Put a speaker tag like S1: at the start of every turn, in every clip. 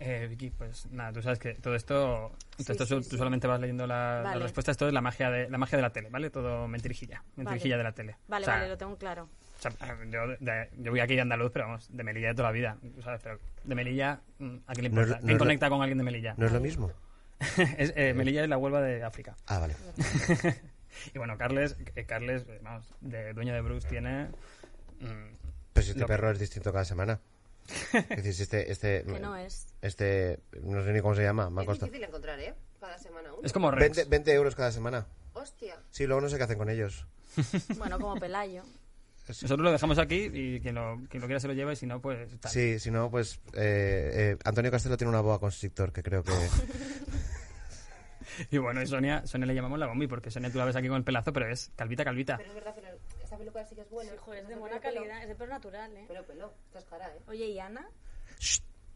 S1: Eh, Vicky, pues nada, tú sabes que todo esto, todo esto tú solamente vas leyendo la-
S2: Vale.
S1: las respuestas, todo es la magia de la magia de la tele, ¿vale? Todo mentirijilla, mentirijilla de la tele.
S2: Vale,
S1: O sea,
S2: vale, lo tengo claro.
S1: o sea, yo, de- yo voy aquí de andaluz, pero vamos, de Melilla de toda la vida, ¿sabes? Pero de Melilla, mm, ¿a quién le
S3: No es
S1: importa?
S3: lo- no
S1: ¿Quién
S3: es lo-
S1: conecta con alguien de Melilla?
S3: ¿No es lo mismo?
S1: Es, eh, Melilla es la Huelva de África.
S3: Ah, vale.
S1: y bueno, Carles, eh, Carles, eh, vamos, de dueño de Brooks tiene... mm,
S3: Pero si este
S1: Lo-
S3: perro es distinto cada semana. Es decir, si este, este,
S2: Que no es.
S3: este, no sé ni cómo se llama, me ha
S4: Es
S3: costado.
S4: difícil encontrar, ¿eh? Cada semana uno.
S1: es como Rex.
S3: 20, 20 euros cada semana.
S4: Hostia.
S3: Sí, luego no sé qué hacen con ellos.
S2: Bueno, como Pelayo.
S1: Nosotros lo dejamos aquí y quien lo, quien lo quiera se lo lleva y si no, pues... tal.
S3: Sí, si no, pues eh, eh, Antonio Castelo tiene una boa constrictor que creo que...
S1: Y bueno, y Sonia, Sonia le llamamos la bombi porque Sonia tú la ves aquí con el pelazo, pero es calvita, calvita.
S4: Pero es verdad que la- esta peluca sí que es buena.
S2: Hijo, es
S4: No
S2: de
S4: sé,
S2: buena
S4: pelo,
S2: calidad, es de pelo natural, ¿eh?
S4: Pelo, pelo. Esta es cara, ¿eh?
S2: Oye, ¿y Ana?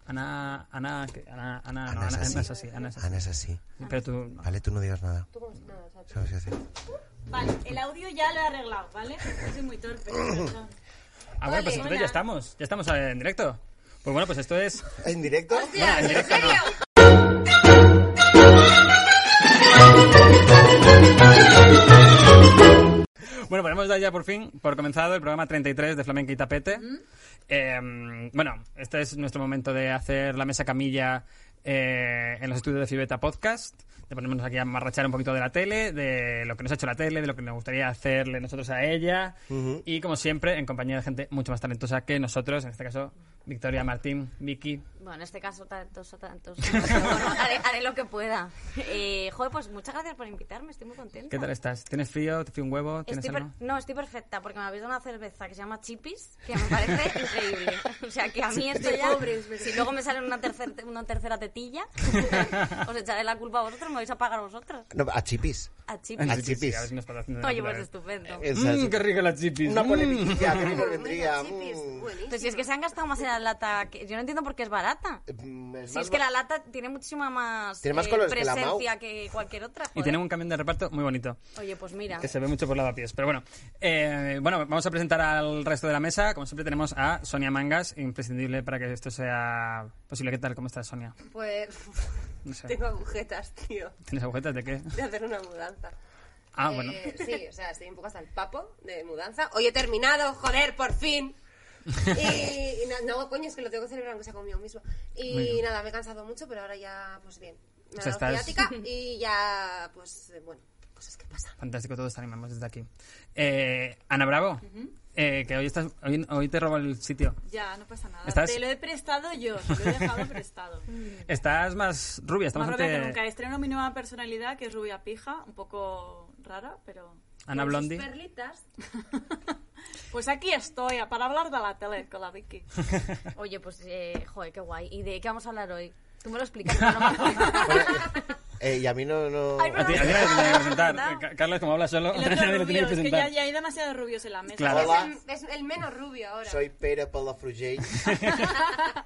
S1: Ana, Ana, que- Ana, Ana, no,
S3: Ana es
S1: Ana,
S3: así.
S1: Ana es así, Ana es así.
S3: Ana es así.
S1: Pero tú,
S3: Vale, tú no digas nada.
S4: Tú como si nada, o sea, tú-
S3: ¿Sabes qué hacer?
S2: Vale, el audio ya lo he arreglado, ¿vale? Soy muy torpe. perdón.
S1: Ah, bueno, pues entonces
S2: Hola.
S1: ya estamos, ya estamos eh, en directo. Pues bueno, pues esto es...
S3: ¿En directo?
S1: Bueno, en directo no. Bueno, podemos dar ya por fin, por comenzado, el programa 33 de Flamenca y Tapete. Eh, bueno, este es nuestro momento de hacer la mesa camilla eh, en los estudios de Fibeta Podcast, de ponernos aquí a marrachar un poquito de la tele, de lo que nos ha hecho la tele, de lo que nos gustaría hacerle nosotros a ella. Y como siempre, en compañía de gente mucho más talentosa que nosotros, en este caso, Victoria, Martín, Vicky.
S2: Bueno, en este caso, tantos o tantos. pero bueno, haré, haré lo que pueda. Eh, joder, pues muchas gracias por invitarme, estoy muy contenta.
S1: ¿Qué tal estás? ¿Tienes frío? ¿Te frío un huevo? ¿Tienes
S2: Estoy per-
S1: algo?
S2: no, estoy perfecta porque me habéis dado una cerveza que se llama Chipis, que me parece increíble. O sea, que a mí esto ya. si luego me sale una, tercer- una tercera tetilla, os echaré la culpa a vosotros, me vais a pagar vosotros.
S3: No, a Chipis.
S2: A Chipis.
S3: A
S1: Sí, sí, sí,
S3: Chipis.
S1: a ver si nos patrocinan
S2: Oye,
S1: alguna
S2: pues
S1: vez.
S2: estupendo.
S3: Esa es-
S1: Mm, qué rica la chipis.
S3: Una
S1: Mm.
S3: polemilla que nos vendría.
S4: Mira, chipis,
S3: mm.
S4: buenísimo.
S2: Pues si es que se han gastado más en la lata, que yo no entiendo por qué es barata.
S3: Mm,
S2: Si es que la lata tiene muchísima más, eh,
S3: Tiene más colores que la
S2: presencia
S3: Mau.
S2: que cualquier otra.
S1: Y
S2: joder.
S1: tienen un camión de reparto muy bonito,
S2: Oye, pues mira.
S1: que se ve mucho por lavapiés. Pero bueno, eh, bueno, vamos a presentar al resto de la mesa. Como siempre tenemos a Sonia Mangas, imprescindible para que esto sea posible. ¿Qué tal? ¿Cómo estás, Sonia?
S4: Pues
S1: No sé.
S4: tengo agujetas, tío,
S1: ¿Tienes agujetas de qué?
S4: de hacer una mudanza.
S1: Ah,
S4: Eh,
S1: bueno.
S4: Sí, o sea, estoy un poco hasta el papo de mudanza. Hoy he terminado, joder, por fin. Y, y na- no, coño, es que lo tengo que celebrar aunque sea conmigo mismo. Y
S1: Muy bien.
S4: nada, me he cansado mucho, pero ahora ya, pues bien. Me
S1: O
S4: ha
S1: sea,
S4: dado
S1: estás-
S4: ciática y ya, pues, eh, bueno, cosas que pasan.
S1: Fantástico, todos te animamos desde aquí. Eh, Ana Bravo, eh, que hoy, estás, hoy, hoy te robo el sitio.
S5: Ya, no pasa nada.
S1: ¿Estás?
S5: Te lo he prestado yo, te lo he dejado prestado.
S1: Estás más rubia, estamos
S5: Más rubia que
S1: ante
S5: nunca. ¿eh? Estreno mi nueva personalidad, que es rubia pija, un poco rara, pero...
S1: Ana Blondie.
S5: Perlitas. pues aquí estoy, para hablar de la tele con la Vicky.
S2: Oye, pues, eh, joder, qué guay. ¿Y de qué vamos a hablar hoy? Tú me lo explicas. pero no me acuerdo.
S3: Eh, y a mí no. no...
S5: Ay,
S1: A ti, a ti nadie te tiene que presentar. Ca- Carlos, como habla solo,
S5: El
S1: nadie
S5: otro
S1: lo tiene
S5: rubio,
S1: que
S5: es que
S1: presentar.
S5: ya, ya hay demasiados rubios en la mesa.
S1: Claro.
S3: Hola.
S4: Es, el, es el menos rubio ahora.
S3: Soy Pere Palafrugell.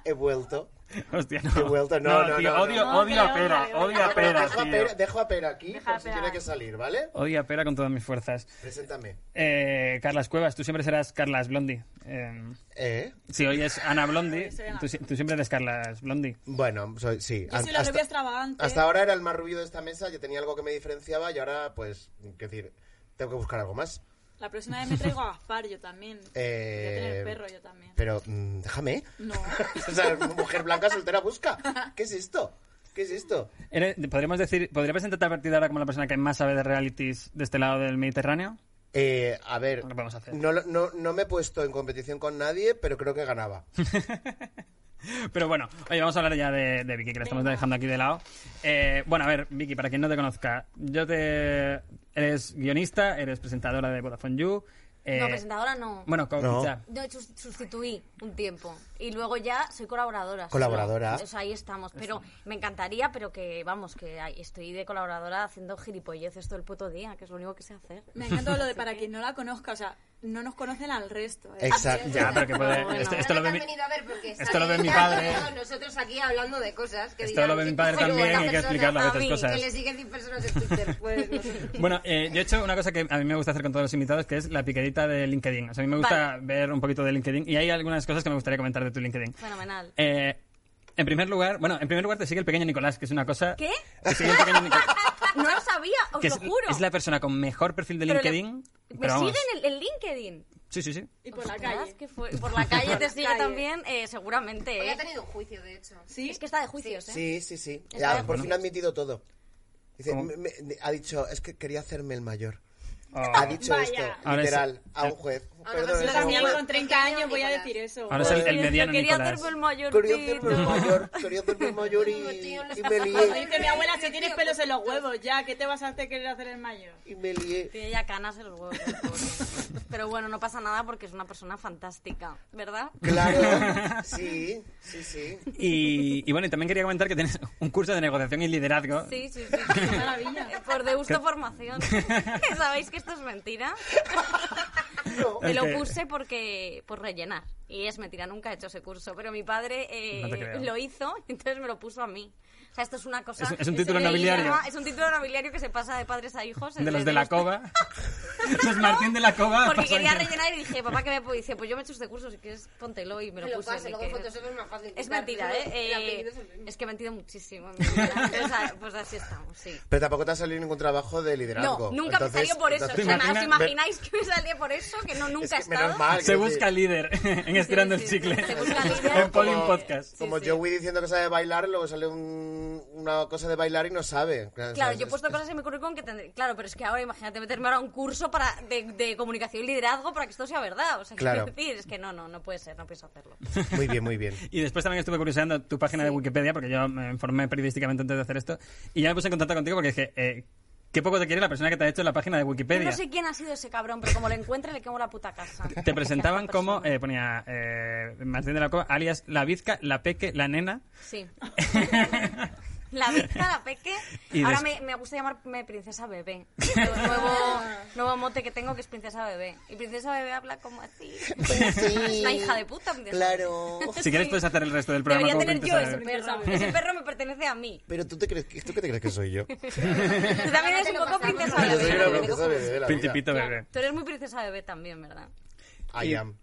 S3: He vuelto.
S1: Hostia,
S3: He
S1: no.
S3: vuelto. No, no,
S1: tío,
S3: no,
S1: odio,
S5: no.
S1: odio a
S5: No, que
S1: Pera,
S5: odio,
S1: odio a
S5: odio.
S1: Pera,
S3: Dejo a
S1: tío.
S3: Pera, dejo a Pera aquí
S5: Deja a
S3: por si
S5: Pera.
S3: tiene que salir, ¿vale?
S1: Odio a Pera con todas mis fuerzas.
S3: Preséntame.
S1: Eh, Carlas Cuevas, tú siempre serás Carlas Blondie. Eh,
S3: ¿Eh?
S1: si hoy es Ana Blondie,
S5: soy Ana.
S1: tú, si- tú siempre eres Carlas Blondie.
S3: Bueno, soy, sí.
S5: Yo soy la rubia extravagante.
S3: hasta ahora era el más rubio de esta mesa, yo tenía algo que me diferenciaba y ahora, pues, quiero decir, tengo que buscar algo más.
S5: La próxima vez me traigo a Gaspar, yo también.
S3: Eh,
S5: Voy a tener perro, yo también.
S3: Pero, mm, déjame.
S5: No.
S3: o sea, mujer blanca soltera busca. ¿Qué es esto? ¿Qué es esto?
S1: Eres- Podríamos decir, ¿podría presentarte a partir de ahora como la persona que más sabe de realities de este lado del Mediterráneo?
S3: Eh, a ver,
S1: No lo podemos hacer.
S3: no, lo- no- no me he puesto en competición con nadie, pero creo que ganaba.
S1: Pero bueno, oye, vamos a hablar ya de, de Vicky, que la estamos dejando aquí de lado. Eh, bueno, a ver, Vicky, para quien no te conozca, yo te... Eres guionista, eres presentadora de Vodafone You, Eh,
S2: No, presentadora no.
S1: Bueno, co-
S3: No.
S1: ya.
S2: No, sus- sustituí un tiempo. Y luego ya soy colaboradora.
S3: Colaboradora.
S2: solo. O sea, ahí estamos. Pero me encantaría, pero que, vamos, que ahí estoy de colaboradora haciendo gilipolleces todo el puto día, que es lo único que sé hacer.
S5: Me encanta lo de para quien no la conozca, o sea, no nos conocen al resto. ¿eh?
S3: Exacto.
S1: Ya, pero que puede.
S2: Bueno.
S1: este-
S4: Ahora
S1: esto lo
S4: te
S1: ve
S4: han
S1: mi,
S4: venido a ver porque
S1: esto
S4: salen
S1: lo ve mi
S4: ya
S1: padre. eh.
S4: todos Nosotros aquí hablando de cosas que
S1: Esto lo ve
S4: dirán,
S1: mi
S4: si
S1: padre
S4: fuera
S1: también,
S4: otra
S1: hay que
S4: persona
S1: explicarle
S4: a
S1: otras
S4: mí,
S1: cosas.
S4: Que le siguen 10 personas en Twitter, pues no sé.
S1: Bueno, eh, yo he hecho una cosa que a mí me gusta hacer con todos los invitados, que es la picadita de LinkedIn. O sea, a mí me gusta ver un poquito de LinkedIn y hay algunas cosas que me gustaría comentar de tu LinkedIn.
S2: Fenomenal.
S1: Eh, en primer lugar, bueno, en primer lugar te sigue el pequeño Nicolás, que es una cosa...
S2: ¿Qué?
S1: Te sigue el pequeño Nicolás,
S2: No lo sabía, os
S1: que
S2: lo
S1: es,
S2: juro.
S1: es la persona con mejor perfil de
S2: Pero le-
S1: LinkedIn.
S2: me
S1: pero vamos,
S2: siguen en el, en LinkedIn.
S1: Sí, sí, sí.
S5: Y por la
S2: Ostras,
S5: calle.
S2: que fue- por la calle te
S5: la
S2: sigue
S5: calle.
S2: también, eh, seguramente.
S4: Hoy
S2: ¿eh?
S4: ha tenido un juicio, de hecho.
S5: ¿Sí?
S2: Es que está de juicios, ¿eh?
S3: Sí, sí, sí.
S2: Está
S3: Ya,
S2: bien.
S3: por fin ha admitido todo. Dice,
S1: ¿Cómo?
S3: me- me- ha dicho, es que quería hacerme el mayor.
S1: Ah.
S3: Ha dicho
S5: Vaya.
S3: esto,
S1: Ahora
S3: literal,
S1: es-
S3: a un juez.
S4: Ahora
S3: Perdón,
S4: sí,
S5: Yo
S3: es
S4: ahora
S3: un
S4: sí,
S5: también
S3: juez.
S4: Nicolás.
S5: con 30 años voy a decir eso.
S1: Ahora es el, el
S2: Yo
S1: mediano
S2: Pues quería
S1: Nicolás.
S2: hacerme el mayor.
S3: Quería
S2: tío.
S3: hacerme el mayor, quería hacerme el mayor y, y me
S5: Como
S3: lié.
S5: dice mi abuela, si tienes pelos en los huevos, ya, ¿qué te vas a hacer querer hacer el mayor?
S3: Y me lié.
S2: Tiene ya canas en los huevos. el pobre. Pero bueno, no pasa nada porque es una persona fantástica, ¿verdad?
S3: Claro, sí, sí, sí.
S1: Y, y bueno, y también quería comentar que tienes un curso de negociación y liderazgo.
S2: Sí, sí, sí. Qué
S5: maravilla.
S2: Por de gusto formación. ¿Sabéis que esto es mentira?
S3: No.
S2: Me
S1: Es que-
S2: lo puse porque por rellenar. Y es mentira, nunca he hecho ese curso. Pero mi padre eh,
S1: No te creo.
S2: lo hizo, entonces me lo puso a mí. O sea, esto es una cosa...
S1: Es- es un título
S2: de-
S1: nobiliario.
S2: llama- Es un título nobiliario que se pasa de padres a hijos.
S1: De los
S2: desde
S1: de la cova. Los Martín de la cova.
S2: Porque
S1: pasó
S2: quería
S1: ahí.
S2: rellenar y dije, papá, que me dice, pues yo me he hecho este curso, si quieres, póntelo y me
S4: Me
S2: lo
S4: lo
S2: puse.
S4: paso,
S2: ni
S4: luego
S2: que-
S4: en Photoshop es más fácil.
S2: Es
S4: quitar,
S2: mentira,
S4: pero el
S2: ¿eh?
S4: apellido
S2: Eh,
S4: es el mismo.
S2: es que he mentido muchísimo. en mi vida. Pues, a- pues así estamos, sí.
S3: Pero tampoco te ha salido ningún trabajo de liderazgo.
S2: No, nunca
S3: Entonces-
S2: me salió por eso.
S3: entonces-
S2: O sea, nada, ¿Os
S1: Imagina-
S2: imagináis que me salía por eso? Que no,
S3: Es
S2: nunca
S3: que
S2: he
S3: menos
S2: estado.
S3: mal.
S1: Se
S3: quiero
S1: busca
S3: decir,
S1: líder en estirando
S2: Sí,
S1: el
S2: sí, sí.
S1: chicle.
S2: Se busca líder.
S1: En Podium
S3: como-
S1: Podcast.
S3: Como Joey diciendo que sabe bailar, luego sale un- una cosa de bailar y no sabe.
S2: Claro,
S3: es-
S2: yo he puesto
S3: es-
S2: cosas en mi currículum que tendré. Claro, pero es que ahora imagínate meterme ahora a un curso para de, de comunicación y liderazgo para que esto sea verdad. O sea,
S3: Claro.
S2: quiero decir, es que no, no, no puede ser, no pienso hacerlo.
S3: Muy bien, muy bien.
S1: Y después también estuve curioseando tu página de Wikipedia, porque yo me informé periodísticamente antes de hacer esto, y ya me puse en contacto contigo porque dije, eh, qué poco te quiere la persona que te ha hecho la página de
S2: Yo
S1: Wikipedia.
S2: no sé quién ha sido ese cabrón, pero como lo encuentre le quemo la puta casa.
S1: Te presentaban
S2: Qué
S1: como,
S2: persona.
S1: eh, ponía eh, Martín de la Cova, alias la Vizca, la Peque, la Nena.
S2: Sí. La vista, la peque.
S1: Y
S2: Ahora
S1: des-
S2: me, me gusta llamarme princesa bebé. Nuevo, nuevo mote que tengo que es princesa bebé. Y princesa bebé habla como así. Es una hija de puta. princesa
S3: Claro.
S2: bebé.
S1: Si quieres
S2: Sí.
S1: puedes hacer el resto del programa
S2: Debería
S1: como
S2: tener yo
S1: princesa
S2: ese
S1: de-
S2: perro. Ese perro me pertenece a mí.
S3: Pero tú te crees, que- ¿tú qué te crees que soy yo?
S2: Tú también eres un poco princesa
S3: Yo soy una
S2: bebé.
S3: princesa bebé de la vida.
S1: Principito bebé.
S2: Tú eres muy princesa bebé también, ¿verdad?
S3: I am.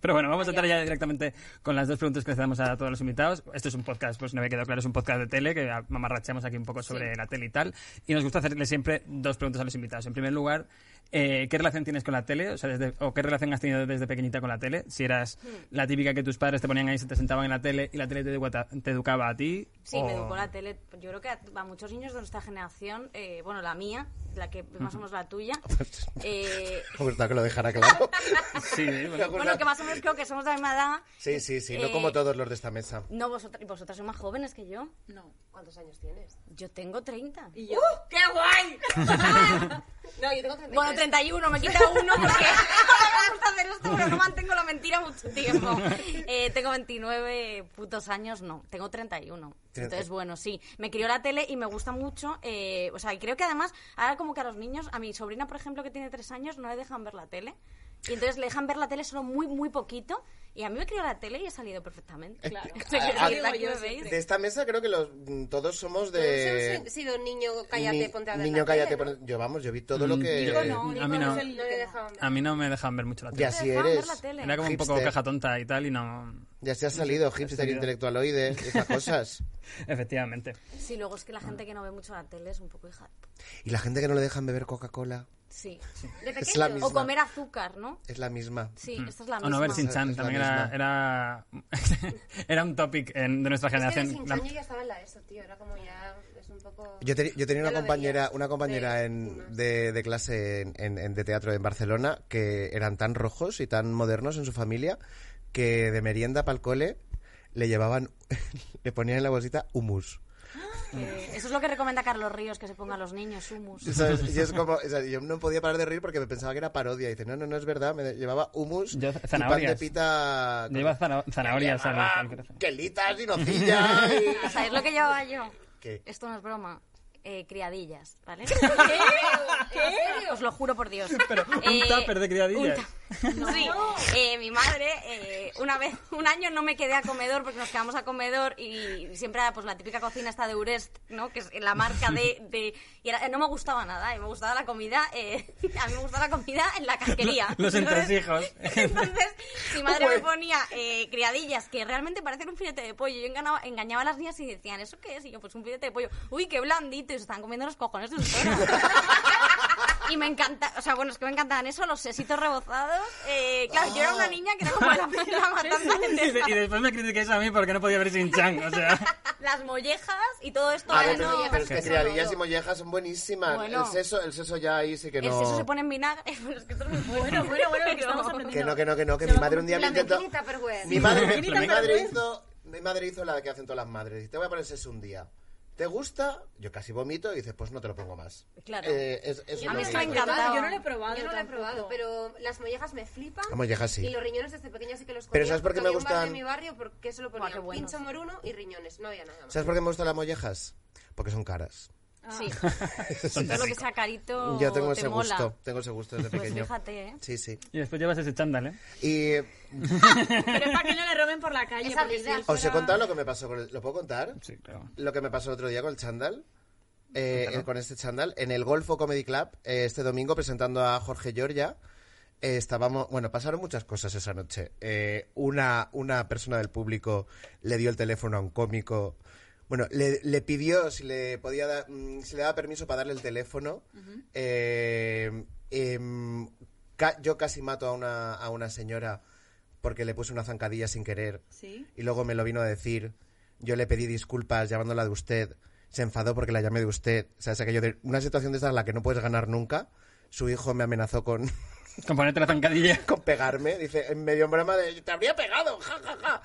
S1: Pero bueno, vamos a entrar ya directamente con las dos preguntas que le hacemos a todos los invitados. Esto es un podcast, pues no me quedado claro, es un podcast de tele, que mamarrachamos aquí un poco sobre la tele y tal. Y nos gusta hacerle siempre dos preguntas a los invitados. En primer lugar, eh, ¿qué relación tienes con la tele? O, sea, desde- o qué relación has tenido desde pequeñita con la tele? Si eras la típica que tus padres te ponían ahí, se te sentaban en la tele y la tele te, educa- te educaba a ti.
S2: Sí,
S1: o-
S2: me educó la tele. Yo creo que a, a muchos niños de nuestra generación, eh, bueno, la mía, la que más o menos la tuya, eh,
S3: Me gusta que lo dejara claro.
S1: Sí, bueno.
S3: Me gusta-
S2: Bueno, que más o menos creo que somos de la misma edad.
S3: Sí, sí, sí. No
S2: Eh,
S3: como todos los de esta mesa.
S2: No, vosotras, vosotras sois más jóvenes que yo.
S5: No.
S4: ¿Cuántos años tienes?
S2: Yo tengo 30.
S5: Y yo.
S4: ¡Qué guay! no, yo tengo 33.
S2: Bueno, 31, me quita uno porque ahora me gusta hacer esto, pero no mantengo la mentira mucho tiempo. Eh, tengo 29 putos años, no, tengo 31.
S3: Treinta.
S2: Entonces, bueno, sí, me crió la tele y me gusta mucho. eh, o sea, y creo que además, ahora como que a los niños, a mi sobrina, por ejemplo, que tiene 3 años, no le dejan ver la tele. Y entonces le dejan ver la tele solo muy, muy poquito. Y a mí me crió la tele y he salido perfectamente.
S5: Claro.
S2: O sea, que
S3: Ah,
S2: aquí-
S5: digo
S2: aquí
S5: yo
S2: me
S5: siempre.
S2: veis.
S3: De esta mesa creo que los, mm, todos somos
S4: Todos
S3: de...
S4: hemos sido niño, cállate,
S3: Eh, Ni-
S4: ponte a ver.
S3: niño,
S4: la
S3: cállate.
S4: tele, ¿no?
S3: pon- Yo, vamos, yo vi todo lo que...
S5: Digo no, digo
S1: A mí no. Ah,
S5: es el
S4: No le
S5: que
S4: dejaban ver.
S1: A mí no me dejaban ver mucho la
S3: Y
S1: tele.
S3: así
S2: dejaban ver la
S3: eres.
S2: tele.
S1: Era como un poco
S3: Hipster.
S1: caja tonta y tal, y no...
S3: Ya se ha salido hipster intelectualoide, esas cosas.
S1: Efectivamente.
S2: Sí, luego es que la gente que no ve mucho la tele es un poco hija. de pu-
S3: Y la gente que no le dejan beber Coca-Cola
S2: Sí.
S4: De
S3: Es la misma.
S4: pequeño.
S2: O comer azúcar, ¿no?
S3: es la misma.
S2: Sí, esta es la
S1: O no, Mm. a
S2: misma.
S1: ver, Sin Chan
S3: Es la
S1: también era, era, era un topic en- de nuestra
S4: Es que
S1: generación.
S4: de Sin
S1: La-
S4: Chan yo ya estaba en la ESO, tío. Era como ya... Es un poco...
S3: Yo, te- yo tenía
S4: Ya
S3: una
S4: lo
S3: compañera,
S4: veías.
S3: una compañera
S4: Sí,
S3: en,
S4: más.
S3: de, de clase en- en- en- de teatro en Barcelona que eran tan rojos y tan modernos en su familia que de merienda para el cole le llevaban, le ponían en la bolsita humus.
S2: que- Eh, Eso es lo que recomienda Carlos Ríos, que se ponga a los niños humus.
S3: ¿Sabes? Y es como, o sea, yo no podía parar de reír porque me pensaba que era parodia. Y dice, no, no, no es verdad, me llevaba hummus
S1: Yo,
S3: y pan de
S1: zanahorias.
S3: pita...
S1: Yo iba zana- zanahorias al-
S3: llevaba
S1: al corazón.
S3: Quelitas y nocilla y...
S2: ¿Sabéis lo que llevaba yo?
S3: ¿Qué?
S2: Esto no es broma. Eh, criadillas, ¿vale?
S4: ¿En serio?
S2: Os lo juro por Dios. Eh,
S1: Pero un tupper de criadillas.
S2: un ta- Sí. Eh, mi madre, eh, una vez, un año no me quedé a comedor porque nos quedamos a comedor y siempre era pues la típica cocina esta de Urest, ¿no? Que es la marca de... de- y era- no me gustaba nada, eh, me gustaba la comida... eh, a mí me gustaba la comida en la casquería.
S1: Los entresijos.
S2: Entonces, mi madre me ponía eh, criadillas que realmente parecen un filete de pollo. Yo engañaba, engañaba a las niñas y decían, ¿eso qué es? Y yo, pues un filete de pollo. Uy, qué blandito. Y se están comiendo los cojones de sus perros. Y me encanta, o sea, bueno, es que me encantaban eso, los sesitos rebozados. Eh, claro, yo era una niña que era como la, la matanza de
S1: Y, de-
S2: Texas.
S1: y después me critiquéis a mí porque no podía ver Sin Chan. O sea,
S2: Las mollejas y todo esto.
S3: A
S2: era,
S3: ver,
S2: no,
S3: pero, pero es que
S4: Mollejas,
S3: criadillas
S4: no.
S3: y mollejas son buenísimas.
S2: Bueno.
S3: El seso, el seso ya ahí sí que
S2: el
S3: no...
S2: seso se pone en vinagre. Bueno, es que esto es muy bueno.
S5: Bueno, bueno, lo que estamos aprendiendo.
S3: Que no, que no, que no, que mi madre un día me
S4: La
S3: intentó...
S4: mentirita, pero bueno.
S3: Mi madre,
S5: Grita,
S3: mi
S5: pero
S3: madre
S5: bueno.
S3: hizo, mi madre hizo la que hacen todas las madres. Te voy a poner seso un día. ¿Te gusta? Yo casi vomito y dices, pues no te lo pongo más.
S2: Claro.
S3: Eh, es, es
S2: A
S3: una
S2: mí es que me
S3: mierda.
S2: encanta.
S5: Yo no lo he probado.
S4: Yo no lo he
S5: tampoco.
S4: probado, pero las mollejas me flipan.
S3: Las mollejas sí.
S4: Y los riñones desde pequeña sí que los comía.
S3: Pero ¿sabes por qué
S4: porque
S3: me
S4: había un bar
S3: gustan?
S4: de mi barrio porque solo
S2: qué
S4: ponían
S2: bueno.
S4: pincho moruno y riñones. No había nada más.
S3: ¿Sabes por qué me gustan las mollejas? Porque son caras.
S2: Sí. Todo lo que sea carito
S3: Yo tengo
S2: Oh, te
S3: ese
S2: mola.
S3: gusto. Tengo ese gusto desde
S2: Pues
S3: pequeño.
S2: fíjate, ¿eh?
S3: Sí, sí.
S1: y después llevas ese chándal, ¿eh?
S3: Y
S5: Pero es para que no le roben por la calle.
S4: Esa
S5: porque
S4: vida.
S5: si él
S3: os he
S5: fuera-
S3: contado lo que me pasó con el- ¿Lo puedo contar?
S1: Sí, claro.
S3: Lo que me pasó el otro día con el chándal. eh, eh, Con este chándal. En el Golfo Comedy Club, eh, este domingo, presentando a Jorge Giorgia. eh, estábamos, bueno, pasaron muchas cosas esa noche. Eh, una, una persona del público le dio el teléfono a un cómico. Bueno, le, le pidió si le podía dar- mm, si le daba permiso para darle el teléfono. Eh, em, ca- yo casi mato a una, a una señora porque le puse una zancadilla sin querer
S5: Sí.
S3: y luego me lo vino a decir. Yo le pedí disculpas llamándola de usted. Se enfadó porque la llamé de usted. O sea, es aquello de una situación de esta en la que no puedes ganar nunca. Su hijo me amenazó con,
S1: Con ponerte la zancadilla.
S3: con pegarme. Dice, en medio en broma de, te habría pegado, ja, ja, ja.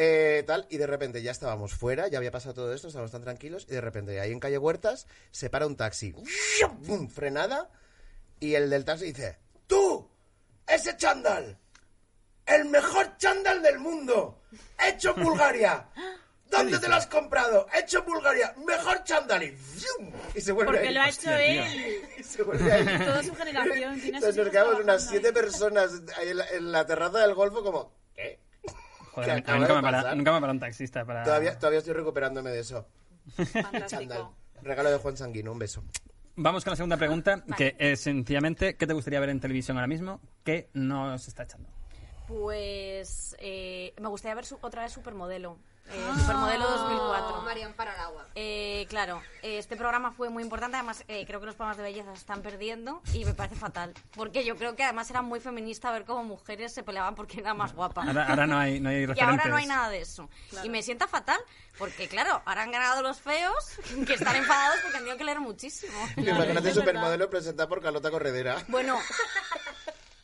S3: Eh, tal, y de repente ya estábamos fuera, ya había pasado todo esto, estábamos tan tranquilos, y de repente ahí en calle Huertas se para un taxi. ¡Bum! Frenada, y el del taxi dice, ¡Tú! ¡Ese chándal! ¡El mejor chándal del mundo! ¡Hecho en Bulgaria! ¿Dónde te lo has comprado? ¡Hecho en Bulgaria! ¡Mejor chándal! Y, ¡fium! y se vuelve a
S5: Porque
S3: ir.
S5: lo ha hecho él.
S3: Y se vuelve a ir.
S5: Toda su generación. tiene a sus
S3: Entonces nos
S5: hijos
S3: quedamos unas
S5: trabajando
S3: siete
S5: ahí.
S3: personas ahí en la, en la terraza del Golfo como, ¿qué?
S1: Joder,
S3: Que
S1: a mí- a mí
S3: acaba
S1: nunca,
S3: de
S1: me para,
S3: pasar.
S1: nunca me para un taxista para...
S3: Todavía, todavía estoy recuperándome de eso. Chándal.
S5: Fantástico.
S3: Regalo de Juan Sanguino, un beso.
S1: Vamos con la segunda pregunta, que es sencillamente, ¿qué te gustaría ver en televisión ahora mismo que no se está echando?
S2: Pues eh, me gustaría ver su- otra vez Supermodelo. Eh, Supermodelo 2004.
S4: Marian para el agua.
S2: Eh, claro, eh, este programa fue muy importante. Además, eh, creo que los programas de belleza se están perdiendo y me parece fatal. Porque yo creo que además era muy feminista ver cómo mujeres se peleaban porque era más guapa.
S1: Ahora, ahora no hay, no hay
S2: Y
S1: referentes.
S2: ahora no hay nada de eso. Y me sienta fatal porque, claro, ahora han ganado los feos que están enfadados porque han tenido que leer muchísimo.
S3: Imagínate
S5: es verdad.
S3: Supermodelo presentado por Carlota Corredera.
S2: Bueno,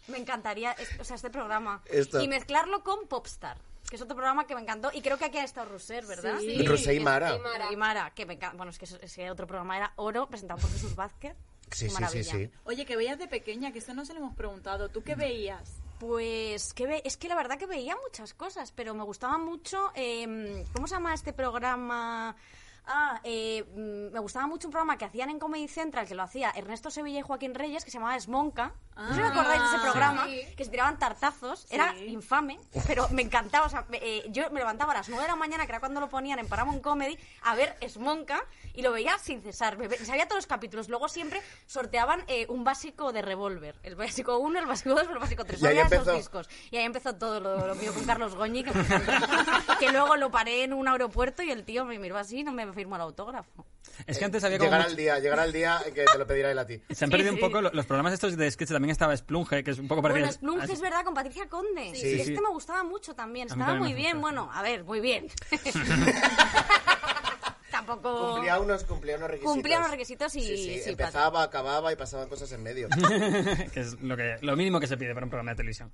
S2: me encantaría es- o sea, este programa.
S3: Esto.
S2: Y mezclarlo con Popstar, que es otro programa que me encantó. Y creo que aquí ha estado Russer, ¿verdad?
S5: Sí.
S3: Rosé y Mara.
S4: Mara.
S2: Y Mara, que me encanta. Bueno, es que ese- ese otro programa era Oro, presentado por Jesús Vázquez.
S3: Sí, sí, sí,
S2: Maravilla.
S3: sí.
S5: Oye, que veías de pequeña, que esto no se lo hemos preguntado. ¿Tú qué veías?
S2: Pues que ve- es que la verdad que veía muchas cosas, pero me gustaba mucho. eh, ¿Cómo se llama este programa? Ah, eh, mm, me gustaba mucho un programa que hacían en Comedy Central, que lo hacía Ernesto Sevilla y Joaquín Reyes, que se llamaba Esmonca. ¿No os acordáis de ese programa? Que se tiraban tartazos. Era infame, pero me encantaba. O sea, me- eh, yo me levantaba a las 9 de la mañana, que era cuando lo ponían en Paramount Comedy, a ver Esmonca y lo veía sin cesar. Me ve- sabía todos los capítulos. Luego siempre sorteaban eh, un básico de revólver. El básico 1, el básico 2, el básico 3.
S3: Y ahí empezó.
S2: discos. Y ahí empezó todo lo, lo mío con Carlos Goñi, que, me encantó. Que luego lo paré en un aeropuerto y el tío me miró así y no me firmó el autógrafo.
S1: Es que antes había como...
S3: Llegará
S1: mucho-
S3: el día, llegará el día en que te lo pedirá él a ti.
S1: Se han
S2: Sí,
S1: perdido un
S2: sí.
S1: poco lo- los programas estos de sketch. También estaba Splunge, que es un poco parecido. Ah,
S2: Bueno, Splunge
S1: a-
S2: es verdad, con Patricia Conde.
S3: Sí, sí.
S2: Este me gustaba mucho también.
S1: A mí
S2: Estaba
S1: también
S2: muy
S1: me
S2: bien,
S1: gusta.
S2: bueno, a ver, muy bien. tampoco...
S3: Cumplía unos, cumplía unos requisitos.
S2: Cumplía unos requisitos y...
S3: Sí, sí,
S2: sí,
S3: empezaba, acababa y pasaban cosas en medio.
S1: que es lo, que, lo mínimo que se pide para un programa de televisión.